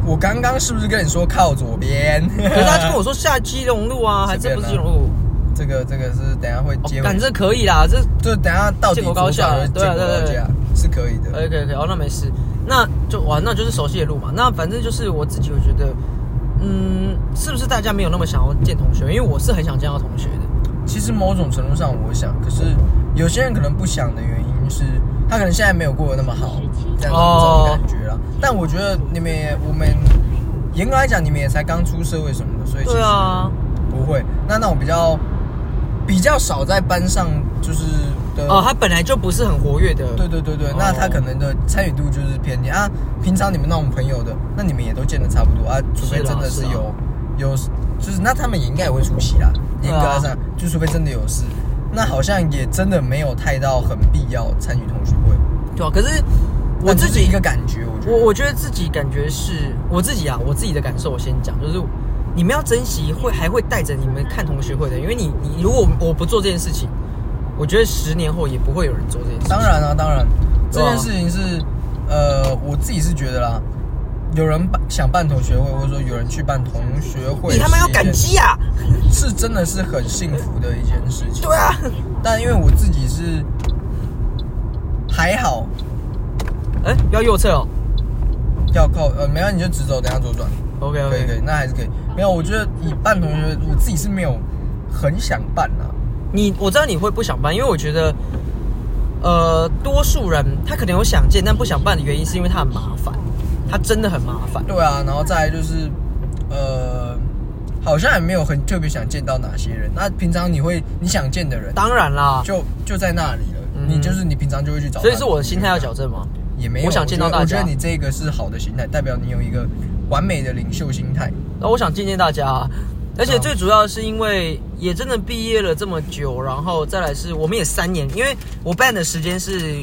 Speaker 1: 我刚刚是不是跟你说靠左边？
Speaker 2: 可是他就跟我说下基隆路啊，还
Speaker 1: 随便
Speaker 2: 是不是
Speaker 1: 啦
Speaker 2: 基隆 路？
Speaker 1: 这个这个是等一下会
Speaker 2: 哦
Speaker 1: 接，
Speaker 2: 感这可以啦，这
Speaker 1: 就等一下到底
Speaker 2: 建国高架
Speaker 1: 左转还是
Speaker 2: 对啊
Speaker 1: 建国高
Speaker 2: 对对哎
Speaker 1: 架是可以的。
Speaker 2: OK OK，哦，那没事，那就哇，那就是熟悉的路嘛。那反正就是我自己，我觉得嗯，是不是大家没有那么想要见同学？因为我是很想见到同学的。
Speaker 1: 其实某种程度上，我想，可是有些人可能不想的原因是，他可能现在没有过得那么好，这样子
Speaker 2: 哦
Speaker 1: 这种感觉啦。但我觉得你们也，我们严格来讲，你们也才刚出社会什么的，所以其
Speaker 2: 对
Speaker 1: 实
Speaker 2: 啊，
Speaker 1: 不会。那那种比较比较少在班上就是的
Speaker 2: 哦，他本来就不是很活跃的。
Speaker 1: 呃对对对对，
Speaker 2: 哦
Speaker 1: 那他可能的参与度就是偏低啊。平常你们那种朋友的，那你们也都见得差不多啊，除非
Speaker 2: 是啦
Speaker 1: 真的是
Speaker 2: 是啦
Speaker 1: 有有，就是那他们也应该也会出席啦。
Speaker 2: 对
Speaker 1: 严
Speaker 2: 啊
Speaker 1: 格来讲，就除非真的有事，那好像也真的没有太到很必要参与同学会。
Speaker 2: 对啊，可是我
Speaker 1: 但就
Speaker 2: 自
Speaker 1: 是
Speaker 2: 己
Speaker 1: 一个感觉，我觉得
Speaker 2: 我我觉得自己感觉是我自己啊，我自己的感受我先讲，就是你们要珍惜会还会带着你们看同学会的，因为你你如果我不做这件事情，我觉得十年后也不会有人做这件事情。
Speaker 1: 当然啊，当然，这
Speaker 2: 对啊
Speaker 1: 件事情是，呃，我自己是觉得啦，有人办想办同学会，或者说有人去办同学会，
Speaker 2: 你他妈要感，激啊！
Speaker 1: 是真的是很幸福的一件事情。
Speaker 2: 对啊，
Speaker 1: 但因为我自己是还好，
Speaker 2: 哎、不要右侧哦。
Speaker 1: 要靠呃，没有你就直走，等一下左转，
Speaker 2: OK
Speaker 1: 可以可以
Speaker 2: OK，，
Speaker 1: 那还是可以。没有，我觉得以办同学，我自己是没有很想办啊。
Speaker 2: 你我知道你会不想办，因为我觉得，呃，多数人他可能有想见但不想办的原因是因为他很麻烦，他真的很麻烦。
Speaker 1: 对啊，然后再来就是，呃，好像也没有很特别想见到哪些人。那平常你会你想见的人，
Speaker 2: 当然啦，
Speaker 1: 就就在那里了。
Speaker 2: 嗯
Speaker 1: 你就是你平常就会去找他，
Speaker 2: 所以是我的心态要矫正吗？
Speaker 1: 也没有。
Speaker 2: 我想见到
Speaker 1: 觉得
Speaker 2: 大家
Speaker 1: 我觉得你这个是好的心态，代表你有一个完美的领袖心态。
Speaker 2: 那我想见见大家、啊，而且
Speaker 1: 嗯
Speaker 2: 最主要是因为也真的毕业了这么久，然后再来是我们也三年，因为我办的时间是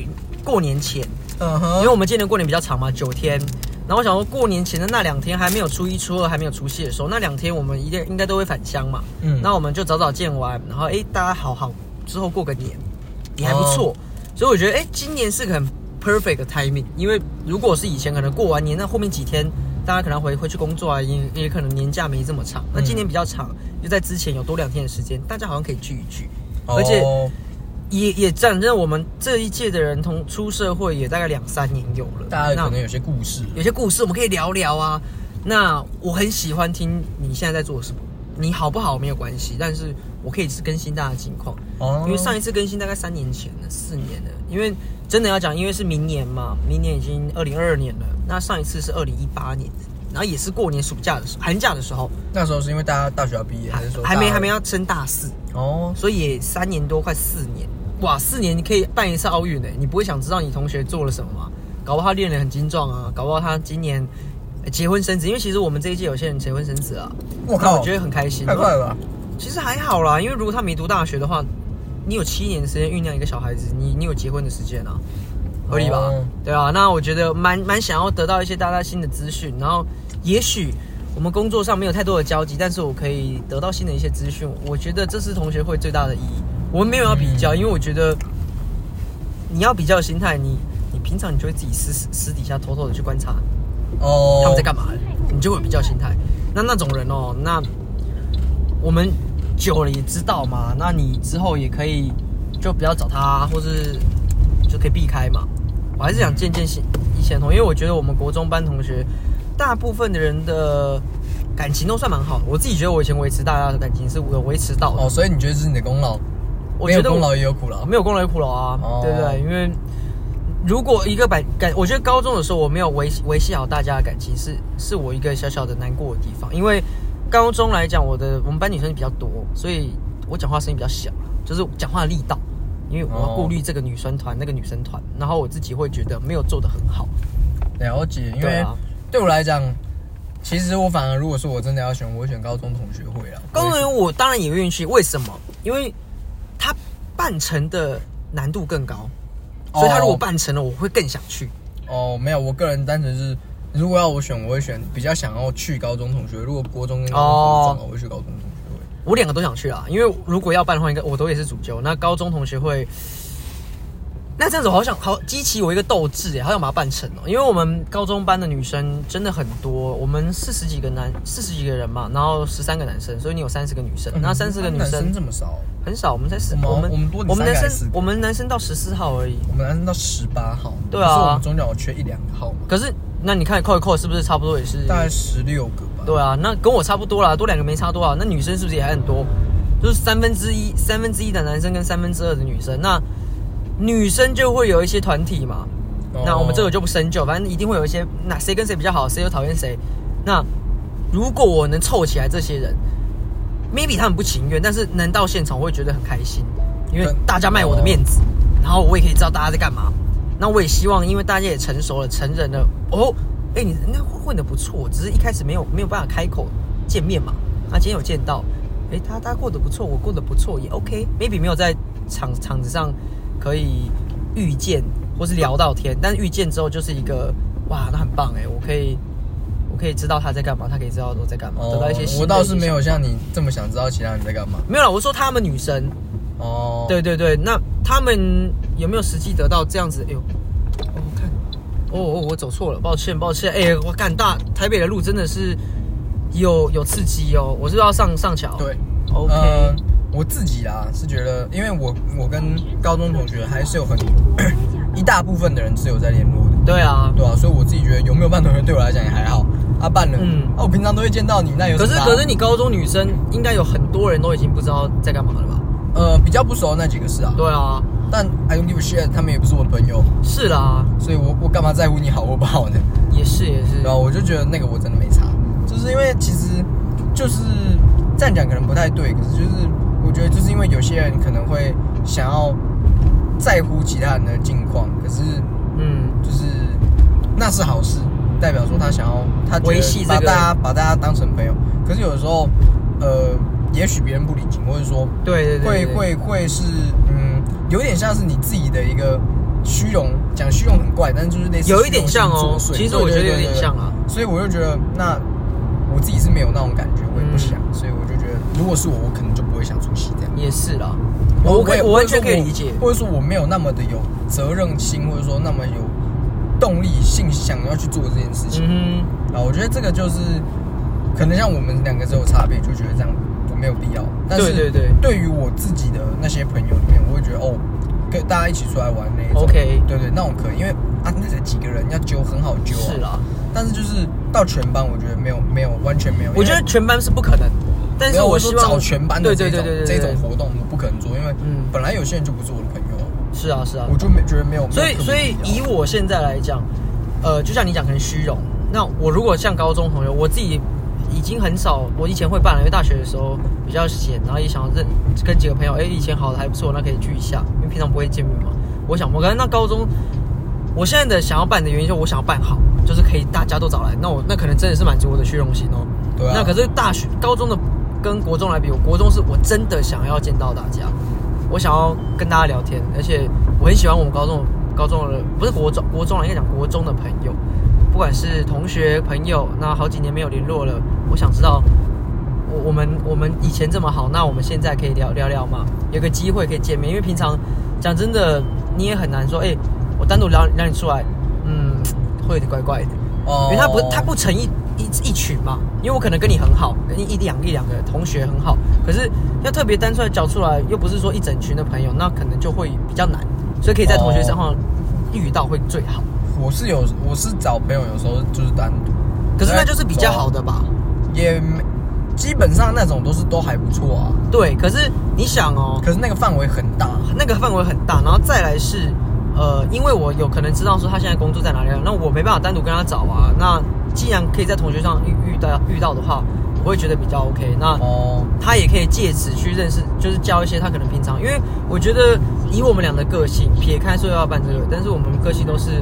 Speaker 2: 过年前，
Speaker 1: 嗯哼
Speaker 2: 因为我们今年过年比较长嘛，九天。然后我想说，过年前的那两天还没有初一、初二，还没有除夕的时候，那两天我们一定应该都会返乡嘛。
Speaker 1: 嗯
Speaker 2: 那我们就早早见完，然后哎，大家好好之后过个年，也还不错。
Speaker 1: 哦
Speaker 2: 所以我觉得哎，今年是个很 perfect 的 timing，因为如果是以前可能过完年，那后面几天大家可能回回去工作啊，也也可能年假没这么长。那
Speaker 1: 嗯
Speaker 2: 今年比较长，就在之前有多两天的时间，大家好像可以聚一聚，而且
Speaker 1: 哦
Speaker 2: 也也讲真的，我们这一届的人同出社会也大概两三年有了，
Speaker 1: 大家可
Speaker 2: 那
Speaker 1: 能有些故事。
Speaker 2: 有些故事我们可以聊聊啊。那我很喜欢听你现在在做什么，你好不好没有关系，但是我可以更新大家的近况。
Speaker 1: 哦
Speaker 2: 因为上一次更新大概三年前了，四年了。因为真的要讲，因为是明年嘛，明年已经二零二二年了。那上一次是二零一八年，然后也是过年暑假的时候，寒假的时候，
Speaker 1: 那时候是因为大家大学要毕业，还是说
Speaker 2: 还没还没
Speaker 1: 有？
Speaker 2: 要升大四，
Speaker 1: 哦，
Speaker 2: 所以也三年多快四年。哇，四年你可以办一次奥运呢，欸你不会想知道你同学做了什么吗？搞不好他练得很精壮啊，搞不好他今年呃结婚生子，因为其实我们这一届有些人结婚生子啊，
Speaker 1: 我
Speaker 2: 那
Speaker 1: 靠，
Speaker 2: 我觉得很开心。啊
Speaker 1: 哦太快了吧！
Speaker 2: 其实还好啦，因为如果他没读大学的话，你有七年的时间酝酿一个小孩子，你你有结婚的时间啊，合理吧？
Speaker 1: 哦
Speaker 2: 对啊，那我觉得蛮蛮想要得到一些大家新的资讯，然后也许我们工作上没有太多的交集，但是我可以得到新的一些资讯，我觉得这是同学会最大的意义。我们没有要比较，因为我觉得你要比较的心态，你你平常你就会自己私私底下偷偷的去观察
Speaker 1: 哦，
Speaker 2: 他们在干嘛，你就会有比较心态。那那种人哦，那我们久了也知道嘛，那你之后也可以就不要找他，或是就可以避开嘛。我还是想见见新以前哦同，因为我觉得我们国中班同学大部分的人的感情都算蛮好的，我自己觉得我以前维持大家的感情是有维持到的。
Speaker 1: 哦，所以你觉得这是你的功劳？
Speaker 2: 我
Speaker 1: 没有
Speaker 2: 觉得我
Speaker 1: 功劳也有苦劳。
Speaker 2: 没有功劳有苦劳啊，
Speaker 1: 哦
Speaker 2: 对不对？因为如果一个感感，我觉得高中的时候我没有维维系好大家的感情是，是我一个小小的难过的地方。因为高中来讲，我的我们班女生比较多，所以我讲话声音比较小，就是讲话的力道，因为我要顾虑这个女生团、那个女生团，然后我自己会觉得没有做得很好。
Speaker 1: 了解，因
Speaker 2: 对
Speaker 1: 为
Speaker 2: 啊
Speaker 1: 对我来讲，其实我反而如果说我真的要选，我会选高中同学会啦。
Speaker 2: 高中
Speaker 1: 我也
Speaker 2: 人我当然也愿意去，为什么？因为他办成的难度更高，所以他如果
Speaker 1: 哦
Speaker 2: 办成了，我会更想去。
Speaker 1: 哦，没有，我个人单纯是，如果要我选，我会选比较想要去高中同学会。如果国中跟高中
Speaker 2: 哦
Speaker 1: 撞了，我会去高中同学会。
Speaker 2: 我两个都想去啊，因为如果要办的话，应该我都也是主揪。那高中同学会，那这样子我好想好激起我一个斗志耶，好想把它办成哦。因为我们高中班的女生真的很多，我们四十几个男四十几个人嘛，然后十三个男生，所以你有三十个女生，那三十个女
Speaker 1: 男
Speaker 2: 生
Speaker 1: 这么少，
Speaker 2: 很少，我们才十，
Speaker 1: 我们
Speaker 2: 们
Speaker 1: 我们多嗯你
Speaker 2: 我
Speaker 1: 三
Speaker 2: 们
Speaker 1: 个
Speaker 2: 男
Speaker 1: 还是四
Speaker 2: 生
Speaker 1: 个
Speaker 2: 我们男生到十四号而已。
Speaker 1: 我们男生到十八号，
Speaker 2: 对啊
Speaker 1: 可是我们中间有缺一两个号嘛。
Speaker 2: 可是那你看扣一扣是不是差不多也是？
Speaker 1: 大概十六个吧。
Speaker 2: 对啊，那跟我差不多啦，多两个没差多啊少。那女生是不是也还很多？就是三分之一，三分之一的男生跟三分之二的女生。那女生就会有一些团体嘛。
Speaker 1: 哦
Speaker 2: 那我们这个就不深究，反正一定会有一些，那谁跟谁比较好，谁又讨厌谁。那如果我能凑起来这些人，maybe 他们不情愿，但是能到现场，我会觉得很开心，因为
Speaker 1: 对哦
Speaker 2: 大家卖我的面子，然后我也可以知道大家在干嘛。那我也希望，因为大家也成熟了，成人了，哦，哎、你那混的不错，只是一开始没有没有办法开口见面嘛。那今天有见到，哎、他他过得不错，我过得不错，也 OK，maybe 没有在场场子上可以遇见或是聊到天，但是遇见之后就是一个哇，那很棒哎、我可以我可以知道他在干嘛，他可以知道我在干嘛，
Speaker 1: 哦
Speaker 2: 得到一些新的
Speaker 1: 我倒是
Speaker 2: 一些
Speaker 1: 没有
Speaker 2: 想
Speaker 1: 像你这么想知道其他人在干嘛。
Speaker 2: 没有啦，我说他们女生，
Speaker 1: 哦，
Speaker 2: 对对对，那他们有没有实际得到这样子？哎呦，哦我看，哦哦，我走错了，抱歉抱歉。哎，我干大台北的路真的是有有刺激哦，我是不是要上上桥。
Speaker 1: 对
Speaker 2: ，OK，、
Speaker 1: 呃，我自己啦是觉得，因为我我跟高中同学还是有很一大部分的人是有在联络的，
Speaker 2: 对啊。
Speaker 1: 对啊，所以我自己觉得有没有办同学对我来讲也还好。啊，办了，
Speaker 2: 嗯
Speaker 1: 啊，我平常都会见到你，那有
Speaker 2: 可
Speaker 1: 什么啊
Speaker 2: 是
Speaker 1: 差
Speaker 2: 可是你高中女生应该有很多人都已经不知道在干嘛了吧？
Speaker 1: 呃比较不熟的那几个是啊，
Speaker 2: 对啊，
Speaker 1: 但 I don't give a shit，他们也不是我的朋友，
Speaker 2: 是啦，
Speaker 1: 所以我我干嘛在乎你好或不好呢？
Speaker 2: 也是也是
Speaker 1: 然。啊后我就觉得那个我真的没差，就是因为其实就是这样讲可能不太对，可是就是我觉得就是因为有些人可能会想要在乎其他人的近况，可是
Speaker 2: 嗯，
Speaker 1: 就是那是好事，代表说他想要他觉得
Speaker 2: 维系这
Speaker 1: 把
Speaker 2: 个
Speaker 1: 大家把大家当成朋友，可是有的时候呃，也许别人不理解，或者说
Speaker 2: 对对对
Speaker 1: 会会会是嗯，有点像是你自己的一个虚荣，讲虚荣很怪，但是就是类似
Speaker 2: 有一点像哦
Speaker 1: 虚荣心作祟
Speaker 2: 其实我觉得
Speaker 1: 对对对对
Speaker 2: 有点像啊
Speaker 1: 所以我就觉得那我自己是没有那种感觉，我
Speaker 2: 嗯
Speaker 1: 也不想，所以我就觉得如果是我，我可能就不会想出席这样。
Speaker 2: 也是啦。我可以，我完全可以理解。
Speaker 1: 或者说我没有那么的有责任心，或者说那么有动力性想要去做这件事情。
Speaker 2: 嗯哼。
Speaker 1: 啊，我觉得这个就是可能像我们两个只有差别，就觉得这样我没有必要。但是
Speaker 2: 对对对
Speaker 1: 对于我自己的那些朋友里面，我会觉得哦，跟大家一起出来玩那一种
Speaker 2: OK
Speaker 1: 对对，那种可以，因为啊那才几个人要揪很好揪、啊，
Speaker 2: 是啦。
Speaker 1: 但是就是到全班，我觉得没有没有完全没有，
Speaker 2: 我觉得全班是不可能，但
Speaker 1: 没
Speaker 2: 是
Speaker 1: 有。
Speaker 2: 我
Speaker 1: 说
Speaker 2: 希望
Speaker 1: 找全班的
Speaker 2: 对
Speaker 1: 这
Speaker 2: 对
Speaker 1: 种
Speaker 2: 对对
Speaker 1: 这
Speaker 2: 对
Speaker 1: 种活动我不可能做，因为
Speaker 2: 嗯
Speaker 1: 本来有些人就不是我的朋友啊，
Speaker 2: 是啊是啊
Speaker 1: 我，就没觉得没有。
Speaker 2: 所
Speaker 1: 没
Speaker 2: 以
Speaker 1: 有特别
Speaker 2: 所以
Speaker 1: 必要
Speaker 2: 以我现在来讲，呃，就像你讲，可能虚荣。那我如果像高中同学，我自己已经很少，我以前会办了，因为大学的时候比较闲，然后也想要认跟几个朋友，哎，以前好的还不错，那可以聚一下，因为平常不会见面嘛。我想，我刚才那高中，我现在的想要办的原因就是我想要办好，就是可以大家都找来，那我那可能真的是满足我的虚荣心哦。
Speaker 1: 对啊
Speaker 2: 那可是大学、高中的跟国中来比，我国中是我真的想要见到大家，我想要跟大家聊天，而且我很喜欢我们高中高中的不是国中国中啊，应该讲国中的朋友，不管是同学朋友，那好几年没有联络了，我想知道我我们我们以前这么好，那我们现在可以聊聊聊吗？有个机会可以见面，因为平常讲真的，你也很难说，哎、我单独聊让你出来，嗯，会有点怪怪的，
Speaker 1: 哦
Speaker 2: 因为他不他不成一一一群嘛，因为我可能跟你很好，跟一两一两个同学很好，可是要特别单出来找出来，又不是说一整群的朋友，那可能就会比较难，所以可以在同学身上哦遇到会最好，
Speaker 1: 我是有我是找朋友，有时候就是单独。
Speaker 2: 可是
Speaker 1: 哎
Speaker 2: 那就是比较好的吧。
Speaker 1: 哦也没基本上那种都是都还不错啊，
Speaker 2: 对，可是你想哦，
Speaker 1: 可是那个范围很大，
Speaker 2: 那个范围很大，然后再来是，呃，因为我有可能知道说他现在工作在哪里啊，那我没办法单独跟他找啊。那既然可以在同学上遇遇到遇到的话，我会觉得比较 OK。那
Speaker 1: 哦，
Speaker 2: 他也可以借此去认识，就是交一些他可能平常，因为我觉得以我们俩的个性，撇开说要办这个，但是我们个性都是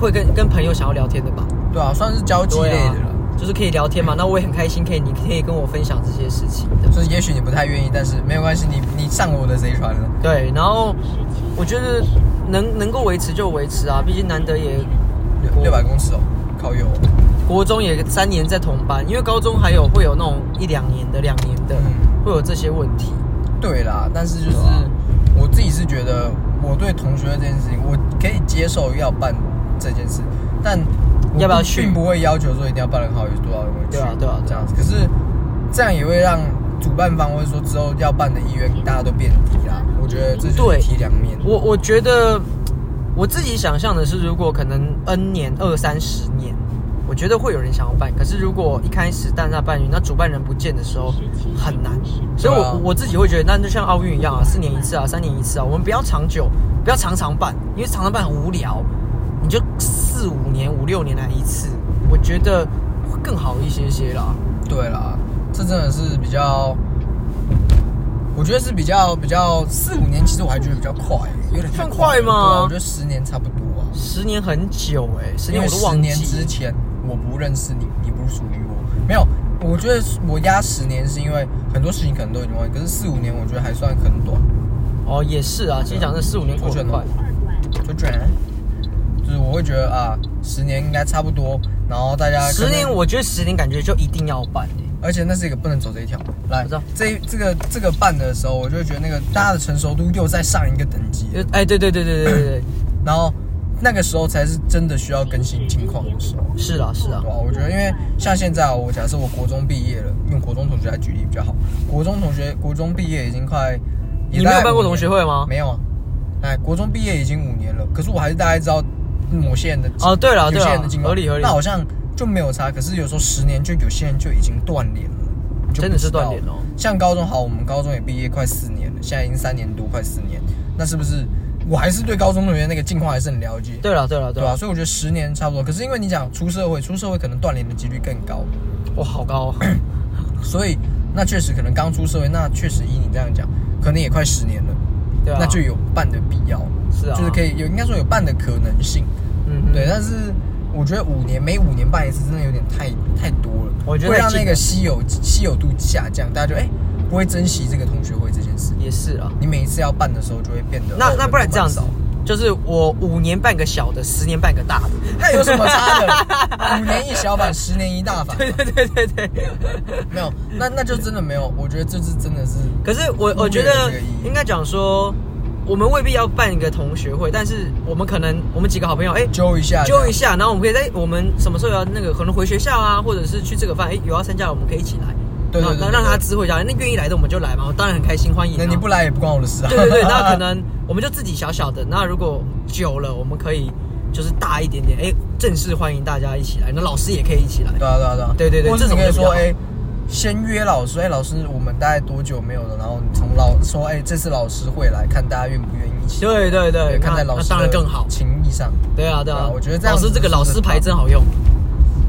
Speaker 2: 会跟跟朋友想要聊天的吧。
Speaker 1: 对啊，算是交际
Speaker 2: 对
Speaker 1: 类
Speaker 2: 啊
Speaker 1: 的了。，
Speaker 2: 就是可以聊天嘛。那我也很开心，可以你可以跟我分享这些事情的。
Speaker 1: 就是也许你不太愿意，但是没有关系，你你上我的贼船了。
Speaker 2: 对，然后我觉得能能够维持就维持啊，毕竟难得也
Speaker 1: 六
Speaker 2: 我
Speaker 1: 六百公尺哦，靠右哦。
Speaker 2: 国中也三年在同班，因为高中还有会有那种一两年的、两年的，
Speaker 1: 嗯
Speaker 2: 会有这些问题。
Speaker 1: 对啦，但是就是
Speaker 2: 对啊
Speaker 1: 我自己是觉得，我对同学这件事情，我可以接受要办这件事，但我
Speaker 2: 要不要
Speaker 1: 并
Speaker 2: 去
Speaker 1: 并不会要求说一定要办得很好有多少人会去。
Speaker 2: 对啊对啊
Speaker 1: 这样子。可是这样也会让主办方或者说之后要办的意愿大家都变低啦。我觉得这就是
Speaker 2: 对
Speaker 1: 一体两面。
Speaker 2: 我我觉得我自己想象的是，如果可能 N 年、二三十年，我觉得会有人想要办。可是如果一开始但那办云，那主办人不见的时候很难，所以我、
Speaker 1: 对啊
Speaker 2: 我自己会觉得，那就像奥运一样啊，四年一次啊，三年一次啊，我们不要长久，不要常常办，因为常常办很无聊，你就四五年、五六年来一次，我觉得会更好一些些啦。
Speaker 1: 对啦，这真的是比较，我觉得是比较比较四五年，其实我还觉得比较快，有点太
Speaker 2: 算快
Speaker 1: 了
Speaker 2: 吗
Speaker 1: 对啊我觉得十年差不多啊，
Speaker 2: 十年很久哎、十
Speaker 1: 因
Speaker 2: 年
Speaker 1: 为
Speaker 2: 我都
Speaker 1: 十
Speaker 2: 忘
Speaker 1: 年之
Speaker 2: 记。
Speaker 1: 前我不认识你，你不属于我，没有。我觉得我压十年是因为很多事情可能都已经忘记，可是四五年我觉得还算很短，
Speaker 2: 哦，也是啊，其实讲这四五年过得很快。
Speaker 1: 就觉得就是我会觉得啊，十年应该差不多，然后大家可
Speaker 2: 十
Speaker 1: 能
Speaker 2: 年，我觉得十年感觉就一定要办、欸、
Speaker 1: 而且那是一个不能走这一条。来
Speaker 2: 我知道，
Speaker 1: 这一这个这个办的时候，我就会觉得那个大家的成熟度又在上一个等级了，
Speaker 2: 呃哎，对对对对对对对，
Speaker 1: 然后那个时候才是真的需要更新近况的时候，
Speaker 2: 是啦是啦
Speaker 1: 对，吧？啊我觉得，因为像现在啊我假设我国中毕业了，用国中同学来举例比较好。国中同学，国中毕业已经快，也
Speaker 2: 你没有
Speaker 1: 大概
Speaker 2: 办过
Speaker 1: 五年
Speaker 2: 同学会吗
Speaker 1: 没有啊，哎，国中毕业已经五年了，可是我还是大概知道某些人的
Speaker 2: 哦对啦
Speaker 1: 有
Speaker 2: 对
Speaker 1: 些
Speaker 2: 啦
Speaker 1: 人的经
Speaker 2: 合理合理
Speaker 1: 那好像就没有差，可是有时候十年就有些人就已经断联了。你就不
Speaker 2: 真的是
Speaker 1: 知道
Speaker 2: 断联哦
Speaker 1: 像高中好，我们高中也毕业快四年了，现在已经三年多，快四年。那是不是我还是对高中同学那个近况还是很了解？
Speaker 2: 对啦对啦对
Speaker 1: 对吧、啊
Speaker 2: 啦，
Speaker 1: 所以我觉得十年差不多。可是因为你讲出社会，出社会可能断联的几率更高，
Speaker 2: 哇，好高 哦，
Speaker 1: 所以那确实可能刚出社会，那确实依你这样讲，可能也快十年了，
Speaker 2: 对啊，
Speaker 1: 那就有办的必要，
Speaker 2: 是啊
Speaker 1: 就是可以有应该说有办的可能性，
Speaker 2: 嗯嗯
Speaker 1: 对。但是我觉得五年每五年办一次，真的有点太太多了，
Speaker 2: 我觉得
Speaker 1: 会让
Speaker 2: 太近
Speaker 1: 那
Speaker 2: 了
Speaker 1: 个稀有稀有度下降，大家就哎、不会珍惜这个同学会这件事。
Speaker 2: 也是啊。
Speaker 1: 你每一次要办的时候，就会变得
Speaker 2: 那
Speaker 1: 哦
Speaker 2: 那不然这样子
Speaker 1: 人不蛮少，
Speaker 2: 就是我五年办个小的，十年办个大的。
Speaker 1: 那有什么差的？五年一小版，十年一大版。
Speaker 2: 对对对对对。
Speaker 1: 没有，那
Speaker 2: 嗯
Speaker 1: 那就真的没有。我觉得这次真的是，
Speaker 2: 可是我我觉
Speaker 1: 忽略了
Speaker 2: 得
Speaker 1: 这个意义
Speaker 2: 应该讲说，我们未必要办一个同学会，但是我们可能我们几个好朋友，哎，
Speaker 1: 揪一下，
Speaker 2: 揪一下，然后我们可以在我们什么时候要那个可能回学校啊，或者是去这个饭，哎，有要参加的我们可以一起来，
Speaker 1: 对对
Speaker 2: 然后
Speaker 1: 对对
Speaker 2: 让
Speaker 1: 对
Speaker 2: 他知会一下，那愿意来的我们就来嘛，我当然很开心欢迎
Speaker 1: 那
Speaker 2: 啊。
Speaker 1: 你不来也不关我的事啊。。
Speaker 2: 对对对，那可能我们就自己小小的，那如果久了，我们可以就是大一点点，哎，正式欢迎大家一起来，那老师也可以一起来
Speaker 1: 对啊对啊对啊，
Speaker 2: 对对对
Speaker 1: 或者你
Speaker 2: 这种
Speaker 1: 可以
Speaker 2: 就比
Speaker 1: 说，
Speaker 2: 较好
Speaker 1: 哎，先约老师，哎，老师，我们大概多久没有了？然后你从老说，哎，这次老师会来，看大家愿不愿意一起。
Speaker 2: 对对对，
Speaker 1: 看在
Speaker 2: 那
Speaker 1: 老
Speaker 2: 那
Speaker 1: 师
Speaker 2: 当然更好
Speaker 1: 的。情义上。
Speaker 2: 对啊对
Speaker 1: 对
Speaker 2: 啊
Speaker 1: 啊，我觉得这样
Speaker 2: 老师
Speaker 1: 子
Speaker 2: 这个
Speaker 1: 是
Speaker 2: 老
Speaker 1: 很
Speaker 2: 师牌
Speaker 1: 棒
Speaker 2: 真好用。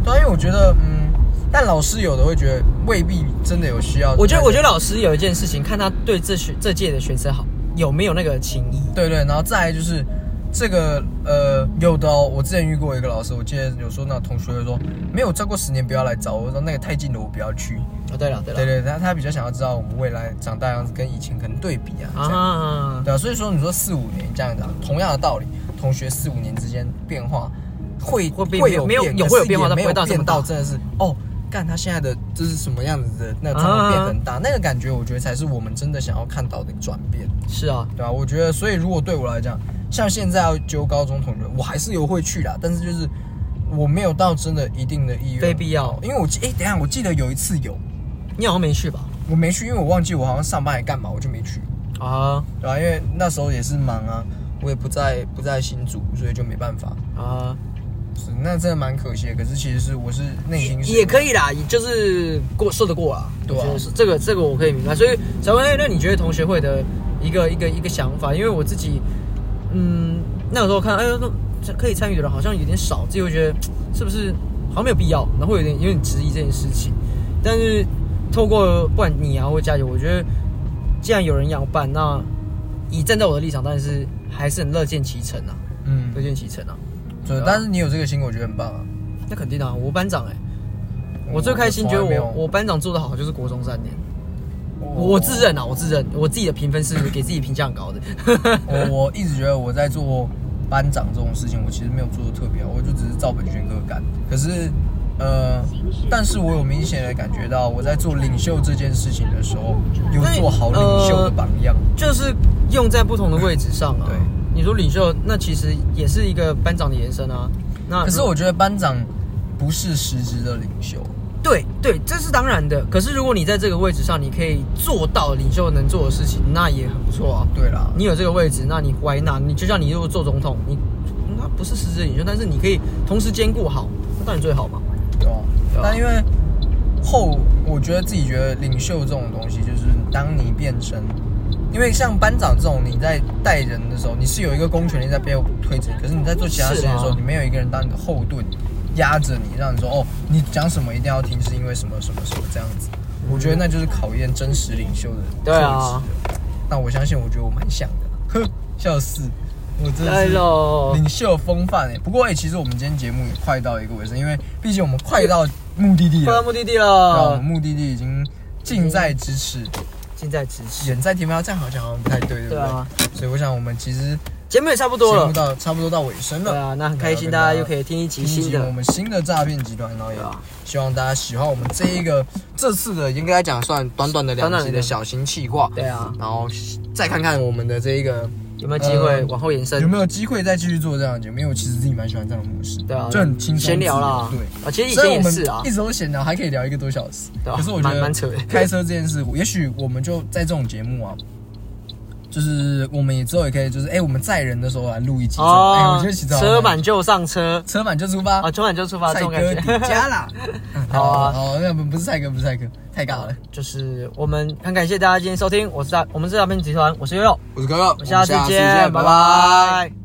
Speaker 1: 对啊，因为我觉得，嗯，但老师有的会觉得未必真的有需要。
Speaker 2: 我觉得我觉
Speaker 1: 得
Speaker 2: 得老师有一件事情，看他对这学这届的学生好有没有那个情谊。
Speaker 1: 对对，然后再来就是这个呃，有的哦，我之前遇过一个老师，我记得有时候那同学会说没有超过十年不要来找我，我说那个太近了我不要去。
Speaker 2: 哦，对了对了，
Speaker 1: 对对，他他比较想要知道我们未来长大样子跟以前可能对比啊，
Speaker 2: 啊
Speaker 1: 这样
Speaker 2: 哈，
Speaker 1: 对啊，所以说你说四五年这样子、啊，同样的道理，同学四五年之间变化会
Speaker 2: 会变
Speaker 1: 有
Speaker 2: 没有
Speaker 1: 变
Speaker 2: 有
Speaker 1: 可
Speaker 2: 会有
Speaker 1: 是
Speaker 2: 变化
Speaker 1: 也
Speaker 2: 但
Speaker 1: 没
Speaker 2: 不
Speaker 1: 有
Speaker 2: 会到这么
Speaker 1: 变到
Speaker 2: 大
Speaker 1: 真的是哦，干他现在的这是什么样子的那状况
Speaker 2: 啊
Speaker 1: 变很大，那个感觉我觉得才是我们真的想要看到的转变，
Speaker 2: 是啊，
Speaker 1: 对啊，我觉得所以如果对我来讲，像现在要揪高中同学，我还是有会去啦，但是就是我没有到真的一定的意愿，
Speaker 2: 非必要
Speaker 1: 因为我记哎、等一下我记得有一次有。
Speaker 2: 你好像没去吧？
Speaker 1: 我没去，因为我忘记我好像上班还干嘛，我就没去，
Speaker 2: 啊
Speaker 1: 对吧、因为那时候也是忙啊，我也不在不在新竹，所以就没办法。
Speaker 2: 啊，
Speaker 1: 是，那真的蛮可惜的。可是其实是我是内心是
Speaker 2: 也可以啦，就是过说得过啦。
Speaker 1: 对啊
Speaker 2: 我觉得是这个这个我可以明白。所以小薇，那你觉得同学会的一个一个一个想法？因为我自己，嗯，那个时候看，哎呦，那可以参与的人好像有点少，自己会觉得是不是好像没有必要，然后会有点有点质疑这件事情。但是透过不管你啊或加油，我觉得既然有人要办，那以站在我的立场，当然是还是很乐见其成啊，
Speaker 1: 嗯
Speaker 2: 乐，见其成啊。
Speaker 1: 对。但是你有这个心，我觉得很棒啊。
Speaker 2: 那肯定的、啊，我班长哎、
Speaker 1: 嗯
Speaker 2: 我最开心觉得我我班长做的好就是国中三年，
Speaker 1: 哦
Speaker 2: 我我自认啊，我自认我自己的评分是给自己评价很高的。
Speaker 1: 我我一直觉得我在做班长这种事情，我其实没有做的特别好，我就只是照本宣科干。可是，呃，但是我有明显的感觉到，我在做领袖这件事情的时候，有做好领袖的榜样。
Speaker 2: 就是用在不同的位置上啊。
Speaker 1: 对，
Speaker 2: 你说领袖，那其实也是一个班长的延伸啊。那
Speaker 1: 可是我觉得班长不是实质的领袖，
Speaker 2: 对对，这是当然的。可是如果你在这个位置上，你可以做到领袖能做的事情，那也很不错啊。
Speaker 1: 对啦，
Speaker 2: 你有这个位置，那你 why not？你就像你如果做总统，你那不是实职领袖，但是你可以同时兼顾好，那当然最好嘛。对啊吧
Speaker 1: 啊但因为后，我觉得自己觉得领袖这种东西，就是当你变成，因为像班长这种，你在带人的时候，你是有一个公权力在背后推着你，可是你在做其他事情的时候，
Speaker 2: 是啊
Speaker 1: 你没有一个人当你的后盾，压着你，让你说哦，你讲什么一定要听，是因为什么什么什么这样子。我觉得那就是考验真实领袖的特质
Speaker 2: 对啊
Speaker 1: 了。那我相信，我觉得我蛮像的，呵，笑死，我真的
Speaker 2: 哎
Speaker 1: 是。
Speaker 2: 呦，
Speaker 1: 领袖风范哎、不过哎、其实我们今天节目也快到一个尾声，因为毕竟我们快到目的地
Speaker 2: 快到
Speaker 1: 了，
Speaker 2: 目的地
Speaker 1: 然后我
Speaker 2: 了
Speaker 1: 们，目的地已经近在咫尺，
Speaker 2: 近在咫尺。
Speaker 1: 远在天边。这样好像好像不太对，对不对？
Speaker 2: 嗯对啊，
Speaker 1: 所以我想我们其实
Speaker 2: 节目也差不
Speaker 1: 节
Speaker 2: 多
Speaker 1: 目
Speaker 2: 了，
Speaker 1: 到差不多到尾声
Speaker 2: 对
Speaker 1: 了。
Speaker 2: 啊，那很开心，
Speaker 1: 那
Speaker 2: 大
Speaker 1: 要
Speaker 2: 家
Speaker 1: 跟
Speaker 2: 又可以听一集
Speaker 1: 听一
Speaker 2: 新
Speaker 1: 集我
Speaker 2: 的，
Speaker 1: 们新的诈骗集团，然后也
Speaker 2: 对啊
Speaker 1: 希望大家喜欢我们这一个这次的，应该讲算短短的两
Speaker 2: 短短
Speaker 1: 集
Speaker 2: 的
Speaker 1: 的小型企划，
Speaker 2: 对啊，
Speaker 1: 然后再看看我们的这一个
Speaker 2: 有没有机会
Speaker 1: 呃
Speaker 2: 往后延伸
Speaker 1: 有？没有机会再继续做这样的节目？因为我其实自己蛮喜欢这样的模式，
Speaker 2: 对啊，
Speaker 1: 就很轻松
Speaker 2: 闲聊啦，
Speaker 1: 自由对。
Speaker 2: 啊，其实以
Speaker 1: 所以
Speaker 2: 前
Speaker 1: 我
Speaker 2: 也
Speaker 1: 们
Speaker 2: 是啊
Speaker 1: 一，直都闲聊，还可以聊一个多小时。
Speaker 2: 对啊
Speaker 1: 可是我觉
Speaker 2: 蛮
Speaker 1: 得
Speaker 2: 蛮扯的
Speaker 1: 开车这件事，也许我们就在这种节目啊，就是我们也之后也可以，就是哎、我们载人的时候来录一集。哎、我觉得其实好像
Speaker 2: 哦车满就上车
Speaker 1: 车满就出发，
Speaker 2: 啊，车满就出发，这
Speaker 1: 蔡
Speaker 2: 种感
Speaker 1: 哥抵
Speaker 2: 觉。
Speaker 1: 家 啦。嗯
Speaker 2: 好啊
Speaker 1: 好，那不不是蔡哥，不是蔡哥，太尬了。
Speaker 2: 就是我们很感谢大家今天收听，我是大，我们是大片集团，我是悠悠，
Speaker 1: 我是哥哥，我
Speaker 2: 我
Speaker 1: 们
Speaker 2: 们下次
Speaker 1: 次
Speaker 2: 见，拜
Speaker 1: 拜拜
Speaker 2: 拜